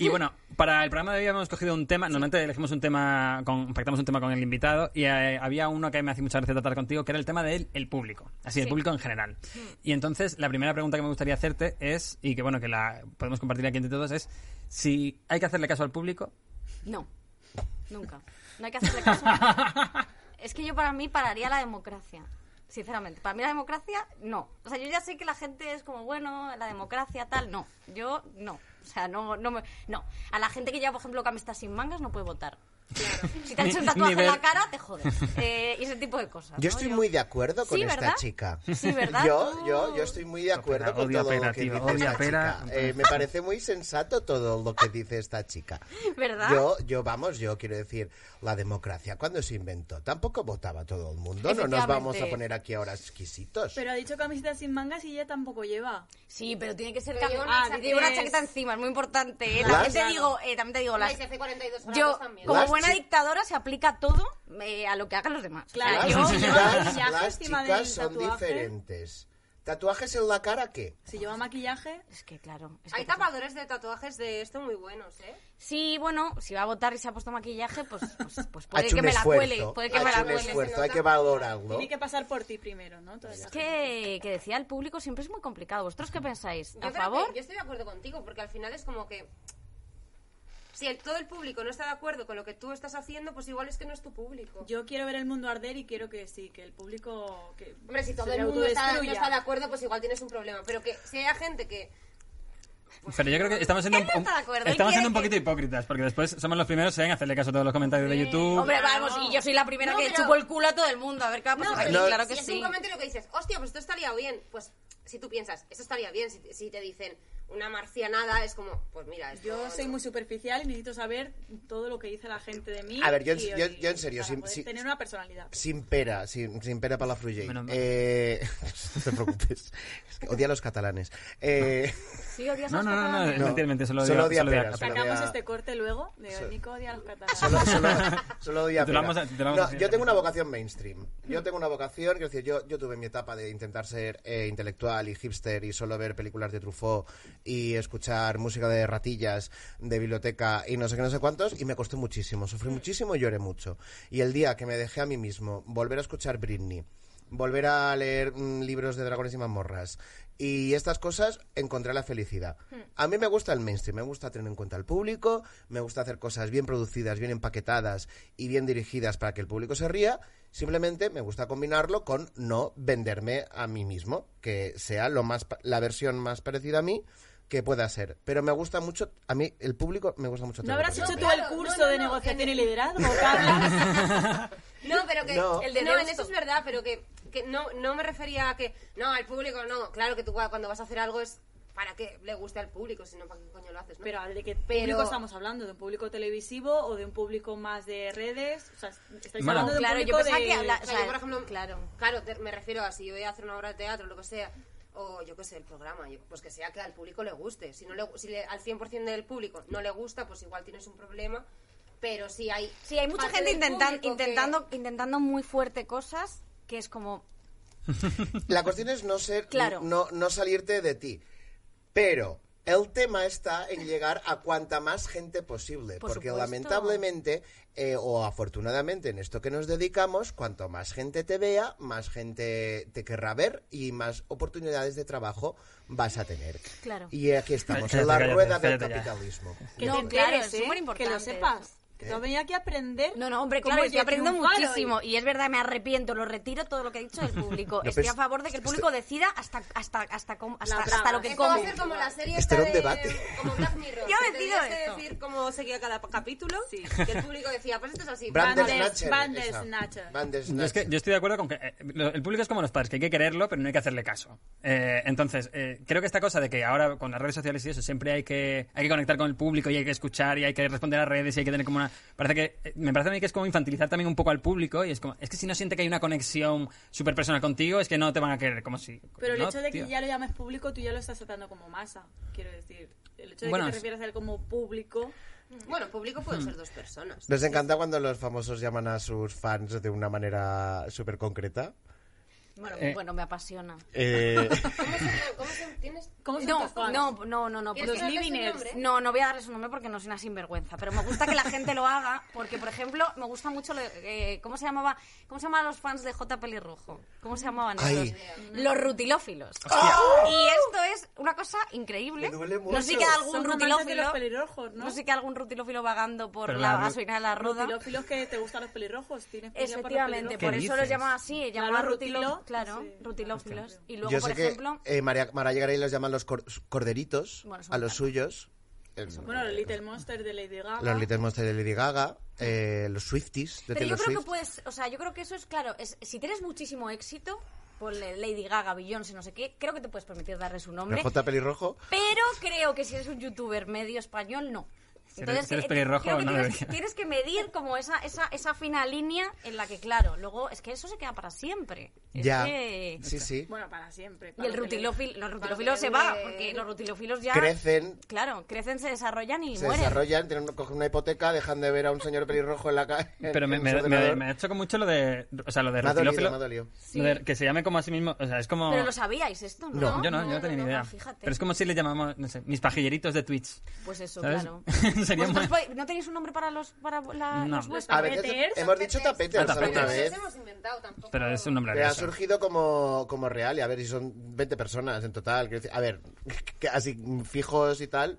S1: Y bueno, para el programa de hoy hemos cogido un tema, normalmente elegimos un tema, con, pactamos un tema con el invitado y eh, había uno que me hace mucha gracia tratar contigo, que era el tema del el público, así, el público en general. Y entonces, la primera pregunta que me gustaría hacerte es, y que bueno, que la podemos compartir aquí entre todos, es si hay que hacerle caso al público.
S2: No, nunca. No hay que hacerle caso. es que yo para mí pararía la democracia. Sinceramente, para mí la democracia, no. O sea, yo ya sé que la gente es como, bueno, la democracia, tal, no. Yo, no. O sea, no, no me- No. A la gente que lleva, por ejemplo, camistas sin mangas no puede votar. Si te han hecho un
S1: Ni-
S2: tatuaje en
S1: nivel.
S2: la cara, te jodes. Eh, y ese tipo de cosas.
S3: Yo
S2: ¿no?
S3: estoy muy de acuerdo con
S2: Sí,
S3: esta
S2: ¿verdad?
S3: chica.
S2: Sí, ¿verdad?
S3: Yo,
S2: Tú-
S3: yo, yo estoy muy de acuerdo
S1: pera,
S3: con
S1: odia
S3: todo
S1: pera,
S3: lo que
S1: tío,
S3: dice
S1: odia
S3: esta
S1: pera.
S3: chica. Eh, me parece muy sensato todo lo que dice esta chica.
S2: ¿Verdad?
S3: Yo, yo, vamos, yo quiero decir, la democracia cuando se inventó tampoco votaba todo el mundo. No nos vamos a
S2: Efectivamente.
S3: poner aquí ahora exquisitos.
S5: Pero ha dicho camiseta sin mangas y ella tampoco lleva.
S2: Sí, pero tiene que ser
S4: Pero
S2: cami-
S4: lleva una
S2: Ah,
S4: chaqueta.
S2: lleva una chaqueta encima, es muy importante. eh.
S3: Claro.
S2: También te digo, eh, también te digo, las,
S4: Hombre, si hace 42 horas
S2: Yo,
S4: también.
S2: como
S3: Las
S2: buena
S3: chi-
S2: dictadora, se aplica todo eh, a lo que hagan los demás.
S5: Claro.
S2: O sea,
S3: las
S2: yo-
S5: Claro.
S2: yo-
S5: llevaba
S3: chicas,
S5: maquillaje
S3: las
S5: encima del
S3: chicas son
S5: tatuaje.
S3: diferentes. ¿Tatuajes en la cara qué?
S5: Si lleva maquillaje,
S2: Es que, claro. es que
S4: Hay
S2: pasa.
S4: tapadores de tatuajes de esto muy buenos, ¿eh?
S2: Sí, bueno, si va a votar y se ha puesto maquillaje, pues, pues, pues
S3: Ha
S2: puede
S3: hecho
S2: que
S3: un
S2: me la cuele.
S3: esfuerzo.
S2: Puede
S3: ha
S2: que me
S3: hecho
S2: la
S3: un
S2: cuele.
S3: esfuerzo,
S4: se
S3: hay que
S4: nota.
S3: valorarlo.
S5: tiene que pasar por ti primero, ¿no? Toda
S2: Es
S5: esa-
S2: que, que decía el público siempre es muy complicado. ¿Vosotros qué pensáis?
S4: Yo
S2: ¿A
S4: creo que-
S2: favor?
S4: yo estoy de acuerdo contigo, porque al final es como que. Si el- todo el público no está de acuerdo con lo que tú estás haciendo, pues igual es que no es tu público.
S5: Yo quiero ver el mundo arder y quiero que sí, que el público. Que
S4: Hombre, si todo
S5: se
S4: el mundo está, no
S5: autodestruya.
S4: está de acuerdo, pues igual tienes un problema. Pero que si hay gente que.
S1: Pero yo creo que estamos siendo,
S2: Él
S1: un,
S2: no está de acuerdo, él
S1: estamos
S2: quiere
S1: siendo un poquito hipócritas, porque después somos los primeros en hacerle caso a todos los comentarios de YouTube.
S2: Hombre, vamos, y yo soy la primera
S4: No,
S2: que
S4: pero-
S2: chupo el culo a todo el mundo. A ver qué va a pasar aquí,
S3: pero-
S2: claro que
S4: si es
S2: sí.
S4: un comentario que dices, hostia, pues esto estaría bien. Pues si tú piensas, esto estaría bien. Si, si te dicen una marcianada, es como, pues mira, esto
S5: Yo
S4: no.
S5: soy muy superficial y necesito saber todo lo que dice la gente de mí.
S3: A ver, yo en-
S5: y-
S3: yo- yo en serio,
S5: para
S3: si-
S5: poder
S3: si-
S5: tener una personalidad.
S3: Sin pera, sin, sin pera para la Frugell.
S1: Menos mal.
S3: Eh, no te preocupes. Es que odia a los catalanes. Eh,
S2: Sí, odias a
S1: No,
S2: los
S1: no, no, no,
S2: catalanes.
S1: es mentira, mentira, solo odio,
S3: Solo odia
S1: odio a
S3: peras,
S1: Capela.
S3: solo
S5: Sacamos
S3: Pero ya-
S5: este corte luego de Nico odia a los catalanes.
S3: solo, solo, solo odia a
S1: Te lo
S3: pera.
S1: vamos a- te lo vamos a
S3: No,
S1: enseñar.
S3: yo tengo una vocación mainstream. Yo tengo una vocación, quiero decir, yo, yo tuve mi etapa de intentar ser eh, intelectual y hipster y solo ver películas de Truffaut y escuchar música de ratillas, de biblioteca y no sé qué, no sé cuántos, y me costó muchísimo. Sufrí muchísimo y lloré mucho. Y el día que me dejé a mí mismo volver a escuchar Britney, volver a leer mm, libros de dragones y mazmorras y estas cosas encontré la felicidad.
S5: Hmm.
S3: A mí me gusta el mainstream, me gusta tener en cuenta al público, me gusta hacer cosas bien producidas, bien empaquetadas y bien dirigidas para que el público se ría. Simplemente me gusta combinarlo con no venderme a mí mismo, que sea lo más pa- la versión más parecida a mí que pueda ser. Pero me gusta mucho, a mí el público me gusta mucho.
S5: ¿No
S3: tener
S5: habrás
S3: en
S5: hecho
S3: cuenta.
S5: tú el
S4: claro,
S5: curso
S4: no, no,
S5: de
S4: no,
S5: negociación
S4: en
S5: y
S4: el-
S5: liderazgo, Carla?
S4: No, pero que
S3: No.
S4: el de
S2: No,
S4: no,
S2: en
S4: en
S2: esto.
S4: eso es verdad, pero que, que no, no me refería a que no, al público no. Claro que tú cua- cuando vas a hacer algo es para que le guste al público, sino para qué coño lo haces, ¿no?
S5: Pero ¿de qué
S4: Pero-
S5: público estamos hablando? ¿De un público televisivo o de un público más de redes? O sea, estáis
S1: Bueno.
S5: hablando de un
S2: Claro, yo
S5: público
S2: pensaba
S5: de...
S2: que habla-
S4: o sea,
S2: o sea,
S4: yo, por ejemplo,
S2: claro.
S4: claro, claro, te- me refiero a si yo voy a hacer una obra de teatro, lo que sea, o yo qué sé, el programa, yo- pues que sea que al público le guste. Si no le, si le- al 100% del público no le gusta, pues igual tienes un problema. Pero si hay
S2: Sí, hay mucha
S4: parte
S2: gente
S4: del
S2: intentan-
S4: público que-
S2: intentando, intentando muy fuerte cosas que es como,
S3: La cuestión es no ser,
S2: Claro.
S3: no, no salirte de ti. Pero el tema está en llegar a cuanta más gente posible.
S2: Por
S3: porque
S2: supuesto.
S3: lamentablemente, eh, o afortunadamente en esto que nos dedicamos, cuanto más gente te vea, más gente te querrá ver y más oportunidades de trabajo vas a tener.
S2: Claro.
S3: Y aquí estamos,
S1: Cállate,
S3: en la
S1: cállate,
S3: rueda del
S1: cállate ya.
S3: capitalismo.
S5: Que
S2: No,
S5: te enteres,
S2: claro, es
S5: ¿eh?
S2: superimportante
S5: Que lo sepas. Que
S3: Eh.
S5: te has venido aquí a aprender.
S2: No, no, hombre,
S5: cómo
S2: claro,
S5: hay
S2: yo
S5: que
S2: aprendo
S5: triunfar hoy.
S2: muchísimo y es verdad, me arrepiento, lo retiro todo lo que he dicho del público.
S3: No,
S2: Estoy
S3: pero
S2: a favor de que el público decida hasta hasta hasta cómo- hasta,
S5: La
S2: hasta
S5: brava.
S2: lo que
S4: ¿eh? Esto va a
S2: come.
S4: ser como la serie
S3: Este
S4: esta
S3: era un
S4: de-
S3: debate.
S4: como Black
S2: Yo
S4: Mirror. que
S2: he
S4: te
S2: decidido
S4: tenías que
S2: esto.
S4: decir cómo seguía cada capítulo.
S5: Sí.
S4: Que el público decía, pues esto es así.
S3: Bandersnatcher,
S5: Banders-
S3: esa.
S5: Bandersnatcher.
S1: Yo, es que,
S3: Bandersnatcher.
S1: yo estoy de acuerdo con que eh, lo- el público es como los padres, que hay que quererlo, pero no hay que hacerle caso. Eh, entonces, eh, creo que esta cosa de que ahora con las redes sociales y eso siempre hay que, hay que conectar con el público y hay que escuchar y hay que responder a redes y hay que tener como una... Parece que, eh, me parece a mí que es como infantilizar también un poco al público y es como, es que si no siente que hay una conexión súper personal contigo, es que no te van a querer, como si...
S5: Pero el
S1: no,
S5: hecho de que
S1: tío.
S5: ya lo llames público, tú ya lo estás tratando como masa, quiero decir. El hecho de
S1: Bueno,
S5: que
S1: es-
S5: te refieras a él como público,
S4: Bueno, público pueden ser dos personas.
S3: Nos encanta cuando los famosos llaman a sus fans de una manera súper concreta.
S2: Bueno,
S1: Eh.
S2: bueno, me apasiona.
S3: Eh,
S4: ¿Cómo se, cómo se tienes?
S5: ¿Cómo son
S2: No,
S5: tus fans?
S2: no, no, no, no.
S4: ¿Quieres
S2: porque-
S4: que diga su
S5: Liviners.
S4: nombre?
S2: No, no voy a darle su nombre porque no soy una sinvergüenza, pero me gusta que la gente lo haga porque, por ejemplo, me gusta mucho lo de, eh, ¿cómo se llamaba? ¿Cómo se llamaban los fans de J Pelirrojo? ¿Cómo se llamaban
S3: Ay.
S2: esos? Los rutilófilos. Y esto es una cosa increíble.
S3: Me duele
S2: No sé
S3: mucho.
S2: que algún
S5: Son romances de los
S2: rutilófilo
S5: pelirrojos, ¿no?
S2: no sé que algún rutilófilo vagando por
S1: Pero
S2: la
S1: la-
S2: gasolina de la roda.
S5: Rutilófilos que te gustan los pelirrojos. Tienes piña para los
S2: Efectivamente,
S1: ¿Qué
S2: por
S5: pelirrojos.
S2: eso
S1: dices?
S2: los llaman así,
S5: Claro,
S2: llaman rutilófilos,
S5: rutilo-
S2: claro,
S5: sí.
S2: rutilófilos. Y luego,
S3: yo
S2: por
S3: sé
S2: ejemplo,
S3: que eh, María, Mariah Carey los llaman los cor- corderitos
S2: Bueno, son
S3: a los
S2: gatos.
S3: suyos. Eh,
S5: Bueno, los Little Monsters de Lady Gaga.
S3: los Little Monsters de Lady Gaga, eh, los Swifties
S2: Pero
S3: de
S2: yo
S3: Taylor
S2: creo
S3: Swift.
S2: que puedes, o sea, yo creo que eso es claro, es, si tienes muchísimo éxito, ponle Lady Gaga, Beyoncé, no sé qué, creo que te puedes permitir darle su
S3: La
S2: nombre,
S3: J pelirrojo.
S2: pero creo que si eres un youtuber medio español, no.
S1: eres- si eres
S2: eh,
S1: pelirrojo,
S2: creo que
S1: no
S2: tienes,
S1: debería.
S2: tienes que medir como esa, esa, esa fina línea en la que, claro, luego es que eso se queda para siempre. Es
S3: Ya.
S2: que-
S3: Sí, sí.
S5: Bueno, para siempre.
S2: Y
S5: para
S2: el
S5: los pelirrojos.
S2: rutilófilo, los
S4: pelirrojo
S2: rutilofilos se va,
S4: de-
S2: porque los rutilofilos ya...
S3: Crecen,
S2: Claro, crecen, se desarrollan y
S3: se
S2: mueren.
S3: desarrollan, tienen, cogen una hipoteca, dejan de ver a un señor pelirrojo en la calle.
S1: Pero me,
S3: en
S1: me,
S3: su
S1: me-
S3: ordenador.
S1: me ha hecho mucho lo de. O sea, lo de
S3: Me ha dolido,
S1: rutilófilo.
S3: me ha dolido.
S1: lo de- que se llame como a sí mismo. O sea, es como.
S2: Pero lo sabíais esto, ¿no?
S3: No,
S1: yo no, yo no tenía ni idea.
S2: fíjate.
S1: Pero es como si le llamamos, no sé, mis pajilleritos de Twitch.
S2: Pues eso,
S1: ¿Sabes?
S2: claro. Pues,
S1: Sería
S2: ¿Vosotros
S1: muy-
S2: podéis- ¿No tenéis un nombre para los para la,
S1: No.
S2: los vuestros?
S3: A veces
S5: Tapeters,
S3: hemos dicho tapetes
S1: Ah,
S3: alguna
S1: tapetes.
S3: vez.
S4: Los hemos inventado
S2: pues,
S4: tampoco.
S1: Pero es un nombre
S3: Pero ha
S1: arioso.
S3: surgido como, como real, y a ver si son 20 personas en total. quiero decir, A ver, que así mm, fijos y tal.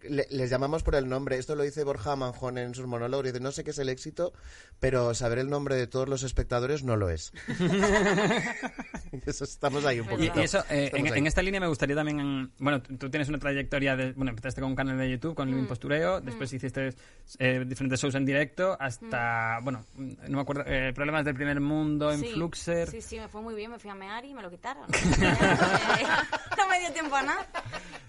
S3: le- les llamamos por el nombre. Esto lo dice Borja Manjón en sus monólogos. y Dice, no sé qué es el éxito, pero saber el nombre de todos los espectadores no lo es. Eso estamos ahí un
S1: Y,
S3: poquito.
S1: y eso, eh,
S3: Estamos
S1: en,
S3: ahí.
S1: en esta línea me gustaría también. en- bueno, tú tú tienes una trayectoria de. Bueno, empezaste con un canal de YouTube,
S2: Mm.
S1: con Living Postureo, después hiciste eh, diferentes shows en directo, hasta. Bueno, no me acuerdo. eh, Problemas del primer mundo, en
S2: Mm. Sí,
S1: Fluxer.
S2: Sí, sí, me fue muy bien, me fui a mear y me lo quitaron. Ya, eh, no me dio tiempo a nada.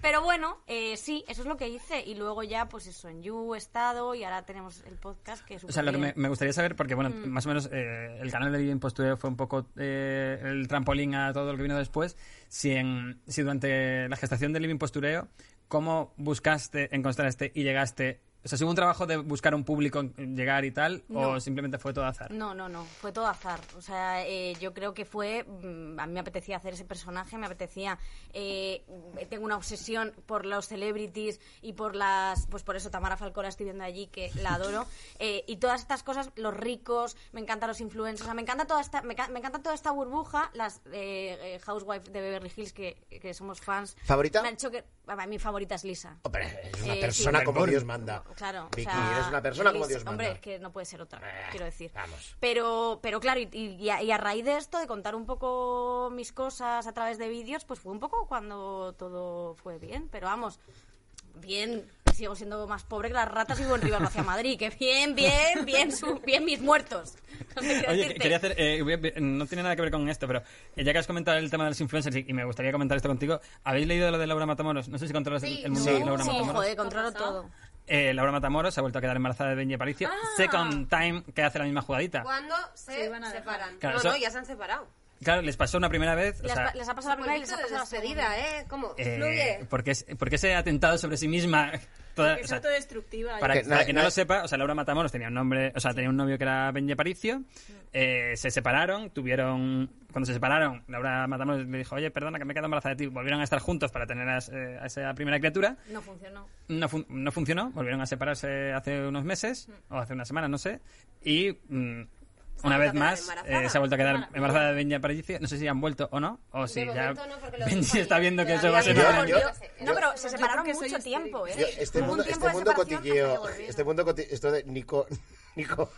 S2: Pero bueno, eh, sí, eso es lo que hice. Y luego ya, pues eso, en You he estado y ahora tenemos el podcast que es
S1: O sea, lo que me,
S2: superbién.
S1: me gustaría saber, porque bueno,
S2: Mm.
S1: más o menos eh, el canal de Living Posture fue un poco eh, el trampolín a todo lo que vino después. Si, en, si durante la gestación de Living Postureo, ¿cómo buscaste, encontraste y llegaste? O sea, ¿si hubo un trabajo de buscar un público, llegar y tal? ¿O
S2: No.
S1: simplemente fue todo azar?
S2: No, no, no, fue todo azar. O sea, eh, yo creo que fue. mm, A mí me apetecía hacer ese personaje, me apetecía. eh, mm, tengo una obsesión por los celebrities y por las. Pues por eso Tamara Falcón la estoy viendo allí, que la adoro. eh, y todas estas cosas, los ricos, me encantan los influencers, o sea, me encanta toda esta, me, ca- me encanta toda esta burbuja, las eh, eh, Housewife de Beverly Hills, que, que somos fans.
S3: ¿Favorita?
S2: Me han hecho que. a- Mi favorita es Lisa.
S3: Hombre, eres una
S2: Eh,
S3: persona
S1: sí.
S3: como
S1: Melbourne.
S3: Dios manda.
S2: Claro, o
S3: Vicky,
S2: sea,
S3: eres una persona como
S2: Liz-
S3: Dios manda.
S2: Hombre, es que no puede ser otra,
S3: Eh,
S2: quiero decir.
S3: vamos.
S2: Pero, pero claro, y, y a, y a raíz de esto, de contar un poco mis cosas a través de vídeos, pues fue un poco cuando todo fue bien. Pero vamos, bien, sigo siendo más pobre que las ratas y buen rival hacia Madrid. Que bien, bien, bien, su- bien mis muertos. No sé qué
S1: Oye,
S2: decirte.
S1: quería hacer. eh, voy a- no tiene nada que ver con esto, pero eh, ya que has comentado el tema de los influencers y, y me gustaría comentar esto contigo, ¿habéis leído lo de Laura Matamoros? No sé si controlas el- el, mundo
S3: Sí.
S1: de Laura
S2: Sí,
S1: Matamoros.
S2: joder, controlo
S5: ¿Qué ha pasado?
S2: todo.
S1: Eh, Laura Matamoros se ha vuelto a quedar embarazada de Benji Aparicio. Second time que hace la misma jugadita.
S4: Cuando se
S5: Se van a dejar.
S4: separan.
S1: Claro,
S4: no,
S1: eso-
S4: no, ya se han separado.
S1: Claro, les pasó una primera vez. o
S2: Les,
S1: sea,
S2: pa- les ha pasado la primera y les ha
S4: Polvito de
S2: pasado la segunda.
S4: despedida, ¿eh? ¿Cómo?
S1: eh,
S4: Fluye.
S1: porque, es- porque ese atentado sobre sí misma. toda-
S5: Que
S1: o
S5: es
S1: sea,
S5: autodestructiva.
S1: para,
S3: Que
S1: que-
S3: na-
S1: para quien no
S3: na-
S1: lo sepa, o sea, Laura Matamoros tenía un nombre, o sea, tenía un novio que era Benji Aparicio, eh, se separaron, tuvieron, cuando se separaron, Laura Matamoros le dijo, oye, perdona que me he quedado embarazada de ti, volvieron a estar juntos para tener a, ese- a esa primera criatura,
S2: eh? No funcionó.
S1: no, fun- no funcionó, volvieron a separarse hace unos meses, o hace unas semanas, no sé, y mm,
S4: Se
S1: una
S4: ha vuelto a
S1: vez
S4: quedar
S1: más
S4: embarazada.
S1: eh, se ha vuelto a quedar
S5: Maravilla.
S1: embarazada de Benji Aparicio, no sé si han vuelto o no, o si ya
S4: momento no, porque lo
S1: Benji
S4: dijo
S1: está
S4: ayer.
S1: viendo que eso va a
S4: Todavía
S1: ser...
S4: no
S1: una-
S4: volvió.
S3: yo-
S2: no, pero
S5: yo
S2: se separaron
S5: porque soy
S2: mucho
S5: histérica.
S2: tiempo, ¿eh?
S3: Yo, este
S2: Hubo un
S3: mundo,
S2: tiempo
S3: este
S2: de separación ¿eh?
S3: mundo
S2: hasta que
S3: cotilleo,
S2: volvieron.
S3: este mundo coti- esto de Nico, Nico,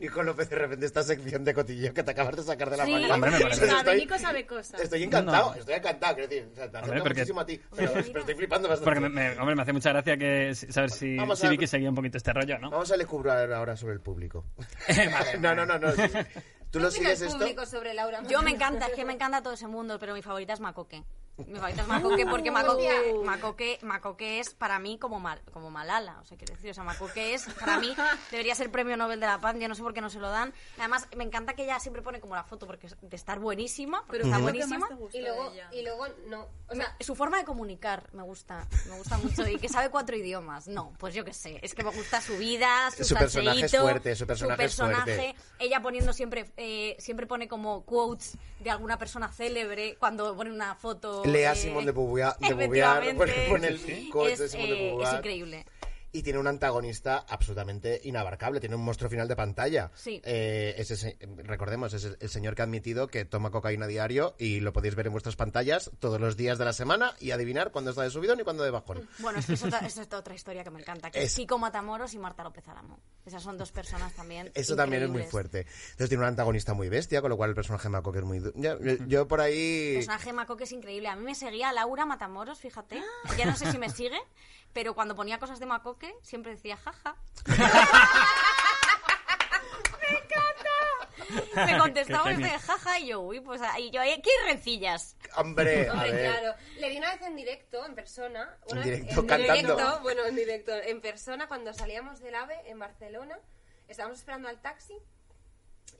S3: Nico López de repente esta sección de cotilleo que te acabas de sacar de la
S2: Sí.
S3: manga.
S1: Hombre, me parece-
S3: Estoy-
S5: Sabe, Nico sabe cosas.
S3: Estoy encantado,
S1: No.
S3: estoy encantado, quiero decir, o sea, te
S1: Hombre,
S3: acepto
S1: porque-
S3: muchísimo a ti, pero, pero estoy flipando bastante.
S1: Porque, me, me- hombre, me hace mucha gracia que s- saber si,
S3: Vamos
S1: si
S3: a-
S1: Vicky seguía un poquito este rollo, ¿no?
S3: Vamos a descubrir ahora sobre el público. no, no, no, no. sí. ¿Tú
S4: ¿Qué
S3: lo
S4: opina
S3: sigues
S4: el
S3: esto?
S4: público sobre Laura?
S2: Yo me encanta, es que me encanta todo ese mundo, pero mi favorita es Macoque. Mi favorita es Macoque porque Macoque, Macoque, Macoque es para mí como, mal, como Malala, o sea, quiero decir, o sea, Macoque es, para mí, debería ser premio Nobel de la Paz, yo no sé por qué no se lo dan. Además, me encanta que ella siempre pone como la foto porque es de estar buenísima, pero está buenísima.
S4: Y luego, y luego no. O sea,
S2: Su forma de comunicar me gusta, me gusta mucho. Y que sabe cuatro idiomas. No, pues yo qué sé. Es que me gusta su vida, su,
S3: Su personaje es
S2: salseíto,
S3: fuerte, su personaje es fuerte.
S2: Ella poniendo siempre, eh, siempre pone como quotes de alguna persona célebre cuando pone una foto.
S3: Lea
S2: eh,
S3: Simón de Beauvoir, de Beauvoir pone,
S2: efectivamente.
S3: pone el coche de
S2: es,
S3: Simón de
S2: eh,
S3: Beauvoir.
S2: es increíble.
S3: Y tiene un antagonista absolutamente inabarcable, tiene un monstruo final de pantalla.
S2: Sí.
S3: Eh, ese se- recordemos, es el, el señor que ha admitido que toma cocaína diario y lo podéis ver en vuestras pantallas todos los días de la semana y adivinar cuándo está de subidón y cuándo de
S4: Mm.
S3: bajón.
S2: Bueno, es que es otra, es esta otra historia que me encanta, que
S3: Es-
S2: es Kiko Matamoros y Marta López Álamo. Esas son dos personas también
S3: Eso también es muy
S2: increíbles.
S3: fuerte. Entonces tiene un antagonista muy bestia, con lo cual el personaje de Mako que es muy... du- Ya, yo, yo por
S2: El
S3: ahí...
S2: personaje de Macoque es increíble. A mí me seguía Laura Matamoros, fíjate. Ya no sé si me sigue, pero cuando ponía cosas de Macoque siempre decía jaja. ¡Me encanta! Me contestaba
S1: Qué
S2: este
S1: genio.
S2: de jaja y yo, uy, pues ahí yo, "Ay, ¿qué rencillas?
S3: Hombre, a
S4: hombre,
S3: ver...
S4: claro. Le vi una vez en directo, en persona. Una
S3: Eh, En
S4: vez-
S3: directo,
S4: en
S3: cantando.
S4: directo, bueno, en directo, en persona, cuando salíamos del AVE en Barcelona, estábamos esperando al taxi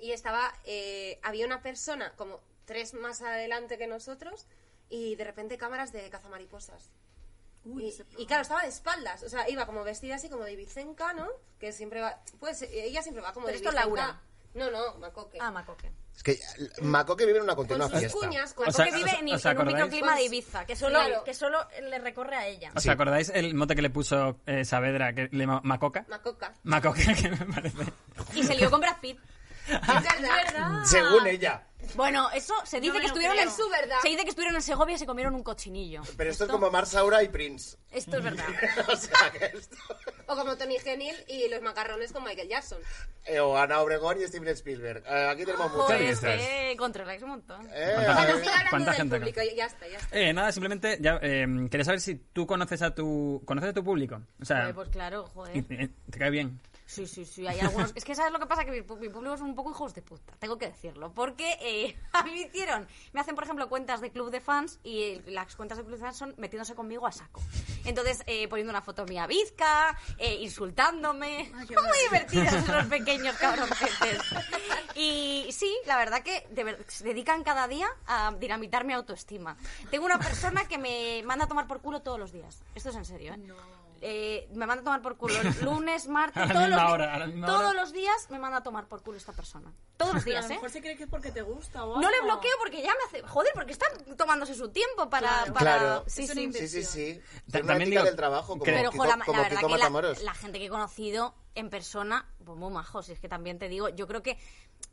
S4: y estaba, eh, había una persona como tres más adelante que nosotros y de repente cámaras de cazamariposas.
S5: Uy,
S4: Y,
S5: ese programa.
S4: y claro, estaba de espaldas, o sea, iba como vestida así como de Vicenca, ¿no? Que siempre va, pues ella siempre va como
S2: Pero
S4: de
S2: esto
S4: Vicenca.
S2: Laura.
S4: No, no, Macoque.
S2: Ah, Macoque.
S3: Es que Mako que vive en una
S4: con
S3: continua
S4: sus
S3: fiesta.
S4: cuñas, con
S1: O
S2: Macoque
S1: sea,
S2: vive
S1: os-
S2: en,
S1: os
S2: en un
S1: acordáis-
S2: microclima de Ibiza, que solo,
S4: Claro.
S2: que solo le recorre a ella.
S1: ¿Os
S3: Sí.
S1: acordáis el mote que le puso eh, Saavedra, que le ma- Macoca?
S4: Macoca.
S1: Macoca, que me parece.
S2: Y se lió con Brad Pitt.
S4: Es verdad.
S3: Según ella.
S2: Bueno, eso se dice
S5: me
S2: que
S5: lo
S2: estuvieron
S5: creo.
S2: en
S4: Es su verdad.
S2: Se dice que estuvieron en Segovia y se comieron un cochinillo.
S3: Pero esto es como Mar Saura y Prince.
S2: Esto es verdad.
S3: o sea, que esto...
S4: O como Tony Genil y los macarrones con Michael Jackson.
S3: Eh, o Ana Obregón y Steven Spielberg. Eh, aquí tenemos mucho.
S1: Joder.
S2: Pues,
S1: dices?
S2: eh, controláis un montón.
S3: Eh,
S1: Fantasma.
S4: Bueno, sigue hablando
S1: ¿Cuánta
S4: del
S1: gente
S4: público. Ya está, ya está.
S1: Eh, nada, simplemente ya, eh, quería saber si tú conoces a tu, conoces a tu público. O sea,
S2: Joder, pues claro, joder.
S1: y- y- eh, te cae bien.
S2: Sí, sí, sí, hay algunos... Es que sabes lo que pasa, que mi, pu- mi público son un poco hijos de puta, tengo que decirlo. Porque eh, a mí me hicieron... Me hacen, por ejemplo, cuentas de club de fans y eh, las cuentas de club de fans son metiéndose conmigo a saco. Entonces, eh, poniendo una foto mía bizca, eh, insultándome... Muy divertidos los pequeños cabroncetes. Y sí, la verdad que de ver- se dedican cada día a dinamitar mi autoestima. Tengo una persona que me manda a tomar por culo todos los días. Esto es en serio, ¿eh? Eh, me manda a tomar por culo el lunes, martes,
S1: A la
S2: todos, los,
S1: misma
S2: di-
S1: hora, a la misma
S2: todos
S1: hora.
S2: los días me manda a tomar por culo esta persona. Todos los
S5: Pero a
S2: días,
S5: lo
S2: ¿eh?
S5: mejor se cree que es porque te gusta o
S2: No le
S5: algo.
S2: bloqueo porque ya me hace... Joder, porque están tomándose su tiempo para... para-
S3: Claro.
S2: Sí,
S5: Es una
S2: sí.
S3: Sí,
S5: inversión.
S3: sí, sí.
S1: Ta-
S3: Es una
S1: también
S3: ética
S1: digo-
S3: del trabajo, como
S1: creo-
S2: Pero,
S3: Kiko,
S2: jo, la, la
S3: como
S2: verdad
S3: Kiko
S2: que la-
S3: Matamoros.
S2: la, gente que he conocido en persona, pues muy majos. Y es que también te digo, yo creo que,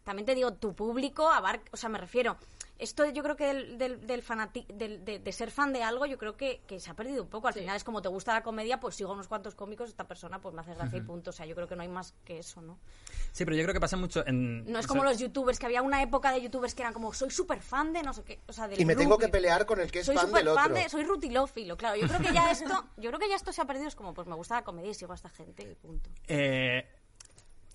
S2: también te digo, tu público abarca, o sea, me refiero, esto yo creo que del, del, del fanati- del- de, de ser fan de algo, yo creo que, que se ha perdido un poco. Al final es como te gusta la comedia, pues sigo unos cuantos cómicos, esta persona pues me hace gracia y punto. O sea, yo creo que no hay más que eso, ¿no?
S1: Sí, pero yo creo que pasa mucho en...
S2: No es
S1: o
S2: como
S1: sea,
S2: los youtubers, que había una época de youtubers que eran como, soy súper fan de no sé qué, o sea, del
S3: Y me tengo
S2: grupo.
S3: que pelear con el que es
S2: Soy
S3: fan del
S2: súper
S3: otro.
S2: fan de, soy rutilófilo, claro. Yo creo que ya esto, yo creo que ya esto se ha perdido. Es como, pues me gusta la comedia y sigo a esta gente y punto.
S1: eh, eh,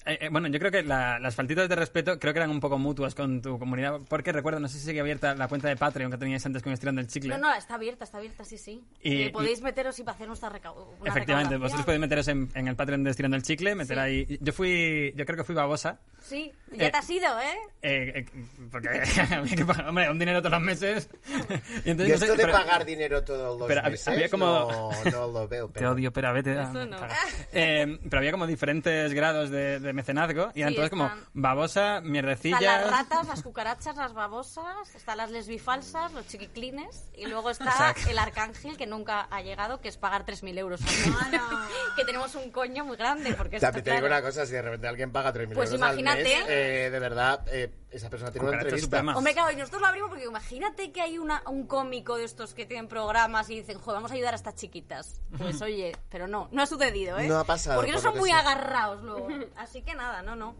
S1: eh, bueno, yo creo que la- las faltitas de respeto creo que eran un poco mutuas con tu comunidad, porque recuerdo, no sé si sigue abierta la cuenta de Patreon que teníais antes con Estirando el Chicle.
S2: No, no, está abierta, está abierta, sí, sí.
S1: Y-
S2: Eh, podéis meteros y para hacer nuestra recau- una
S1: Efectivamente,
S2: recaudación.
S1: vosotros podéis meteros en, en el Patreon de Estirando el Chicle, meter
S2: Sí.
S1: ahí... Yo fui, yo creo que fui babosa.
S2: Sí, ya
S1: Eh,
S2: te has ido, ¿eh?
S1: Eh, eh, porque había que pagar, hombre, un dinero todos los meses. y entonces,
S3: Y
S1: no
S3: esto
S1: sé,
S3: de
S1: pero-
S3: pagar dinero todos los
S1: pero había-
S3: meses,
S1: había como-
S3: no, no lo veo.
S1: Te
S3: Pero...
S1: odio, pero vete. a-
S2: Eso no.
S1: caga. Eh, pero había como diferentes grados de, de mecenazgo y eran
S2: Sí,
S1: todos como
S2: están-
S1: babosa,
S2: Están las
S1: mierdecillas.
S2: ratas, las cucarachas, las babosas, están las lesbifalsas, los chiquiclines y luego está
S1: Exacto.
S2: el arcángel que nunca ha llegado, que es pagar 3.000 euros. al mes.
S5: Ana.
S2: que tenemos un coño muy grande porque esto,
S3: También te digo
S2: claro,
S3: una cosa, si de repente alguien paga 3.000
S2: Pues
S3: euros al
S2: imagínate.
S3: mes, eh, de verdad, eh, esa persona tiene una
S1: Cucaracha
S3: entrevista.
S1: suprema.
S2: Hombre, claro, y nosotros lo abrimos porque imagínate que hay una, un cómico de estos que tienen programas y dicen, joder, vamos a ayudar a estas chiquitas. Pues oye, pero no, no ha sucedido, ¿eh?
S3: No ha pasado,
S2: Porque no
S3: por lo
S2: son
S3: que
S2: muy
S3: sea.
S2: agarrados luego. Así que nada, no, no.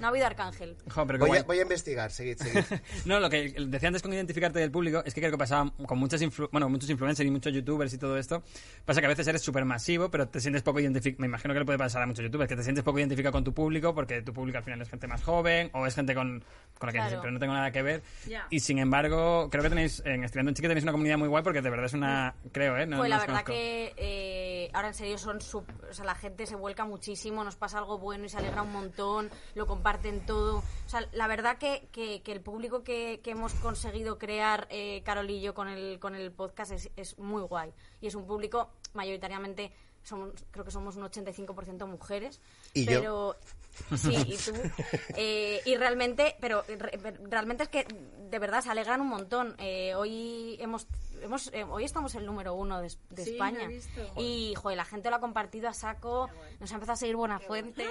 S2: No ha habido arcángel.
S1: Jo, pero qué
S3: Voy a,
S1: guay.
S3: voy a investigar, seguid, seguid.
S1: No, lo que decía antes con identificarte del público es que creo que pasaba con muchas influ- bueno, muchos influencers y muchos youtubers y todo esto. Pasa que a veces eres súper masivo, pero te sientes poco identificado. Me imagino que le puede pasar a muchos youtubers, que te sientes poco identificado con tu público porque tu público al final es gente más joven o es gente con, con con la que
S2: Claro.
S1: siempre no tengo nada que ver.
S5: Ya.
S1: Y sin embargo, creo que tenéis, en Estudiando en Chiqui tenéis una comunidad muy guay porque de verdad es una, creo, ¿eh? No,
S2: pues
S1: no os
S2: la verdad
S1: conozco.
S2: que eh, ahora en serio son sup- o sea, la gente se vuelca muchísimo, nos pasa algo bueno y se alegra un montón, lo comparten todo. O sea, la verdad que, que- que el público que, que hemos conseguido crear eh, Carol y yo con el, con el podcast es, es muy guay. Y es un público mayoritariamente, somos, creo que somos un 85% mujeres.
S3: Y yo.
S2: pero, Sí, y tú. Eh, y realmente, pero re- realmente es que de verdad se alegran un montón. Eh, hoy hemos, hemos eh, hoy estamos el número uno de, de
S5: Sí, lo he
S2: España.
S5: visto.
S2: Y joder, la gente lo ha compartido a saco. Nos ha empezado a seguir buena fuente.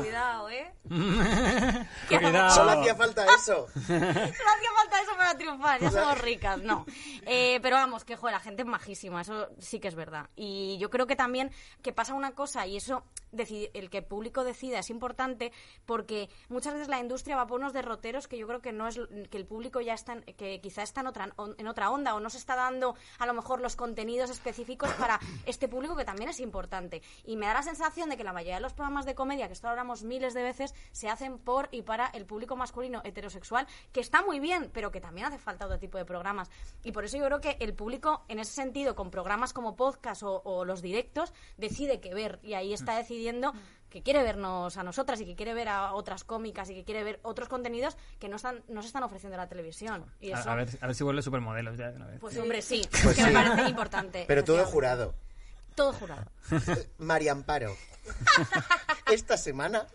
S2: Cuidado, ¿eh?
S1: Cuidado.
S3: Solo hacía falta eso.
S2: No hacía falta eso para triunfar, ya somos ricas, no. Eh, pero vamos, que joder, la gente es majísima, eso sí que es verdad. Y yo creo que también que pasa una cosa, y eso decide- el que el público decida es importante, porque muchas veces la industria va por unos derroteros que yo creo que no es que el público ya está, en- que quizá está en otra, en otra onda, o no se está dando a lo mejor los contenidos específicos para este público que también es importante. Y me da la sensación de que la mayoría de los programas de comedia, que esto lo hablamos miles de veces, se hacen por y para el público masculino heterosexual, que está muy bien, pero que también hace falta otro tipo de programas. Y por eso yo creo que el público, en ese sentido, con programas como podcast o, o los directos, decide qué ver. Y ahí está decidiendo que quiere vernos a nosotras y que quiere ver a otras cómicas y que quiere ver otros contenidos que no, están, no se están ofreciendo en la televisión. Y
S1: A,
S2: eso,
S1: a ver, a ver si vuelve supermodelos ya de una vez.
S2: pues hombre, sí,
S3: Pues
S2: que
S3: sí.
S2: me parece importante.
S3: Pero todo
S2: efectivamente.
S3: jurado.
S2: Todo jurado.
S3: María Amparo. Esta semana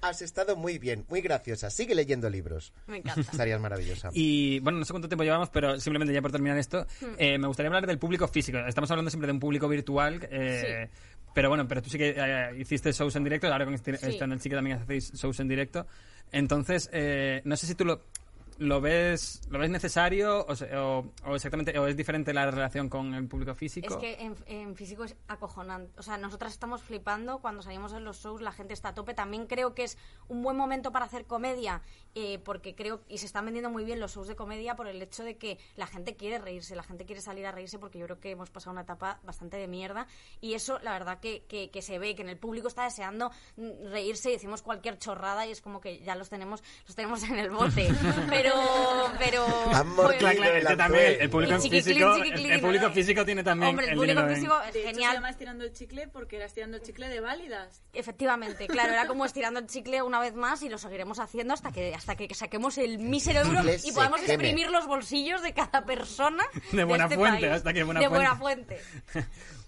S3: has estado muy bien, muy graciosa. Sigue leyendo libros.
S2: Me encanta.
S3: Estarías maravillosa.
S1: Y bueno, no sé cuánto tiempo llevamos, pero simplemente ya por terminar esto,
S2: Hmm.
S1: eh, me gustaría hablar del público físico. Estamos hablando siempre de un público virtual. eh, Pero bueno, pero tú sí que eh, hiciste shows en directo, ahora con este-
S2: Sí.
S1: estando el chico también hacéis shows en directo. Entonces, eh, no sé si tú lo, lo ves lo ves necesario o, se- o- o exactamente o es diferente la relación con el público físico.
S2: Es que en, en físico es acojonante. O sea, nosotras estamos flipando cuando salimos en los shows, la gente está a tope. También creo que es un buen momento para hacer comedia, eh, porque creo, y se están vendiendo muy bien los shows de comedia por el hecho de que la gente quiere reírse, la gente quiere salir a reírse, porque yo creo que hemos pasado una etapa bastante de mierda. Y eso, la verdad, que, que, que se ve, que en el público está deseando mm, reírse y decimos cualquier chorrada y es como que ya los tenemos, los tenemos en el bote. Pero, pero.
S3: Amor,
S2: pues-
S1: Claro, claro, es que también el- el público
S2: Y chiquiclín,
S1: físico,
S2: chiquiclín,
S1: el público
S2: ¿no?
S1: físico tiene también
S2: Hombre, el,
S1: el
S2: público
S1: dinero en-
S2: físico es
S5: De hecho, se
S2: genial.
S5: llama estirando el chicle porque era estirando el chicle de válidas.
S2: Efectivamente, claro, era como estirando el chicle una vez más y lo seguiremos haciendo hasta que hasta que saquemos el mísero euro
S3: chicle
S2: y
S3: se
S2: podamos
S3: queme.
S2: exprimir los bolsillos de cada persona
S1: De buena
S2: este
S1: fuente,
S2: país.
S1: hasta que buena
S2: de
S1: fuente.
S2: buena fuente.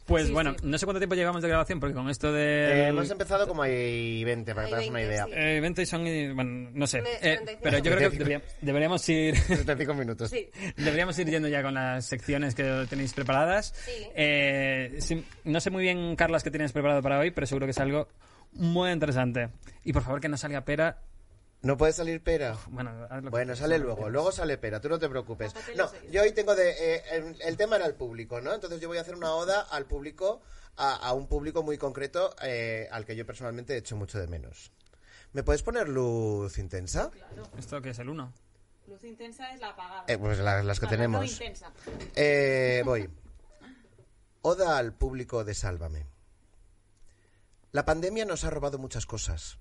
S1: Pues
S2: Sí,
S1: bueno,
S2: sí.
S1: no sé cuánto tiempo llevamos de grabación, porque con esto
S3: Eh,
S1: de...
S3: hemos empezado como ahí 20, para que te
S4: Ahí
S3: hagas una
S4: 20,
S3: idea.
S4: sí.
S1: Eh, 20 y son... y- Bueno, no sé.
S4: Me-
S1: Eh,
S4: 35.
S1: pero yo creo que
S3: 35.
S1: debería- deberíamos ir...
S3: 35 minutos.
S4: Sí.
S1: Deberíamos ir yendo ya con las secciones que tenéis preparadas. Eh, sí, no sé muy bien, Carlas, qué tienes preparado para hoy, pero seguro que es algo muy interesante. Y por favor, que no salga pera.
S3: No puede salir pera.
S1: Bueno, haz lo que
S3: Bueno,
S1: quieras.
S3: sale luego, luego sale pera, tú no te preocupes. No, yo hoy tengo de... eh, el, el tema era el público, ¿no? Entonces yo voy a hacer una oda al público, a, a un público muy concreto eh, al que yo personalmente echo mucho de menos. ¿Me puedes poner luz intensa?
S1: ¿Esto que es el 1?
S5: Luz intensa es la apagada.
S3: Eh, pues las, las que
S5: Bueno, no
S3: tenemos.
S5: intensa.
S3: Eh, voy. Oda al público de Sálvame. La pandemia nos ha robado muchas cosas.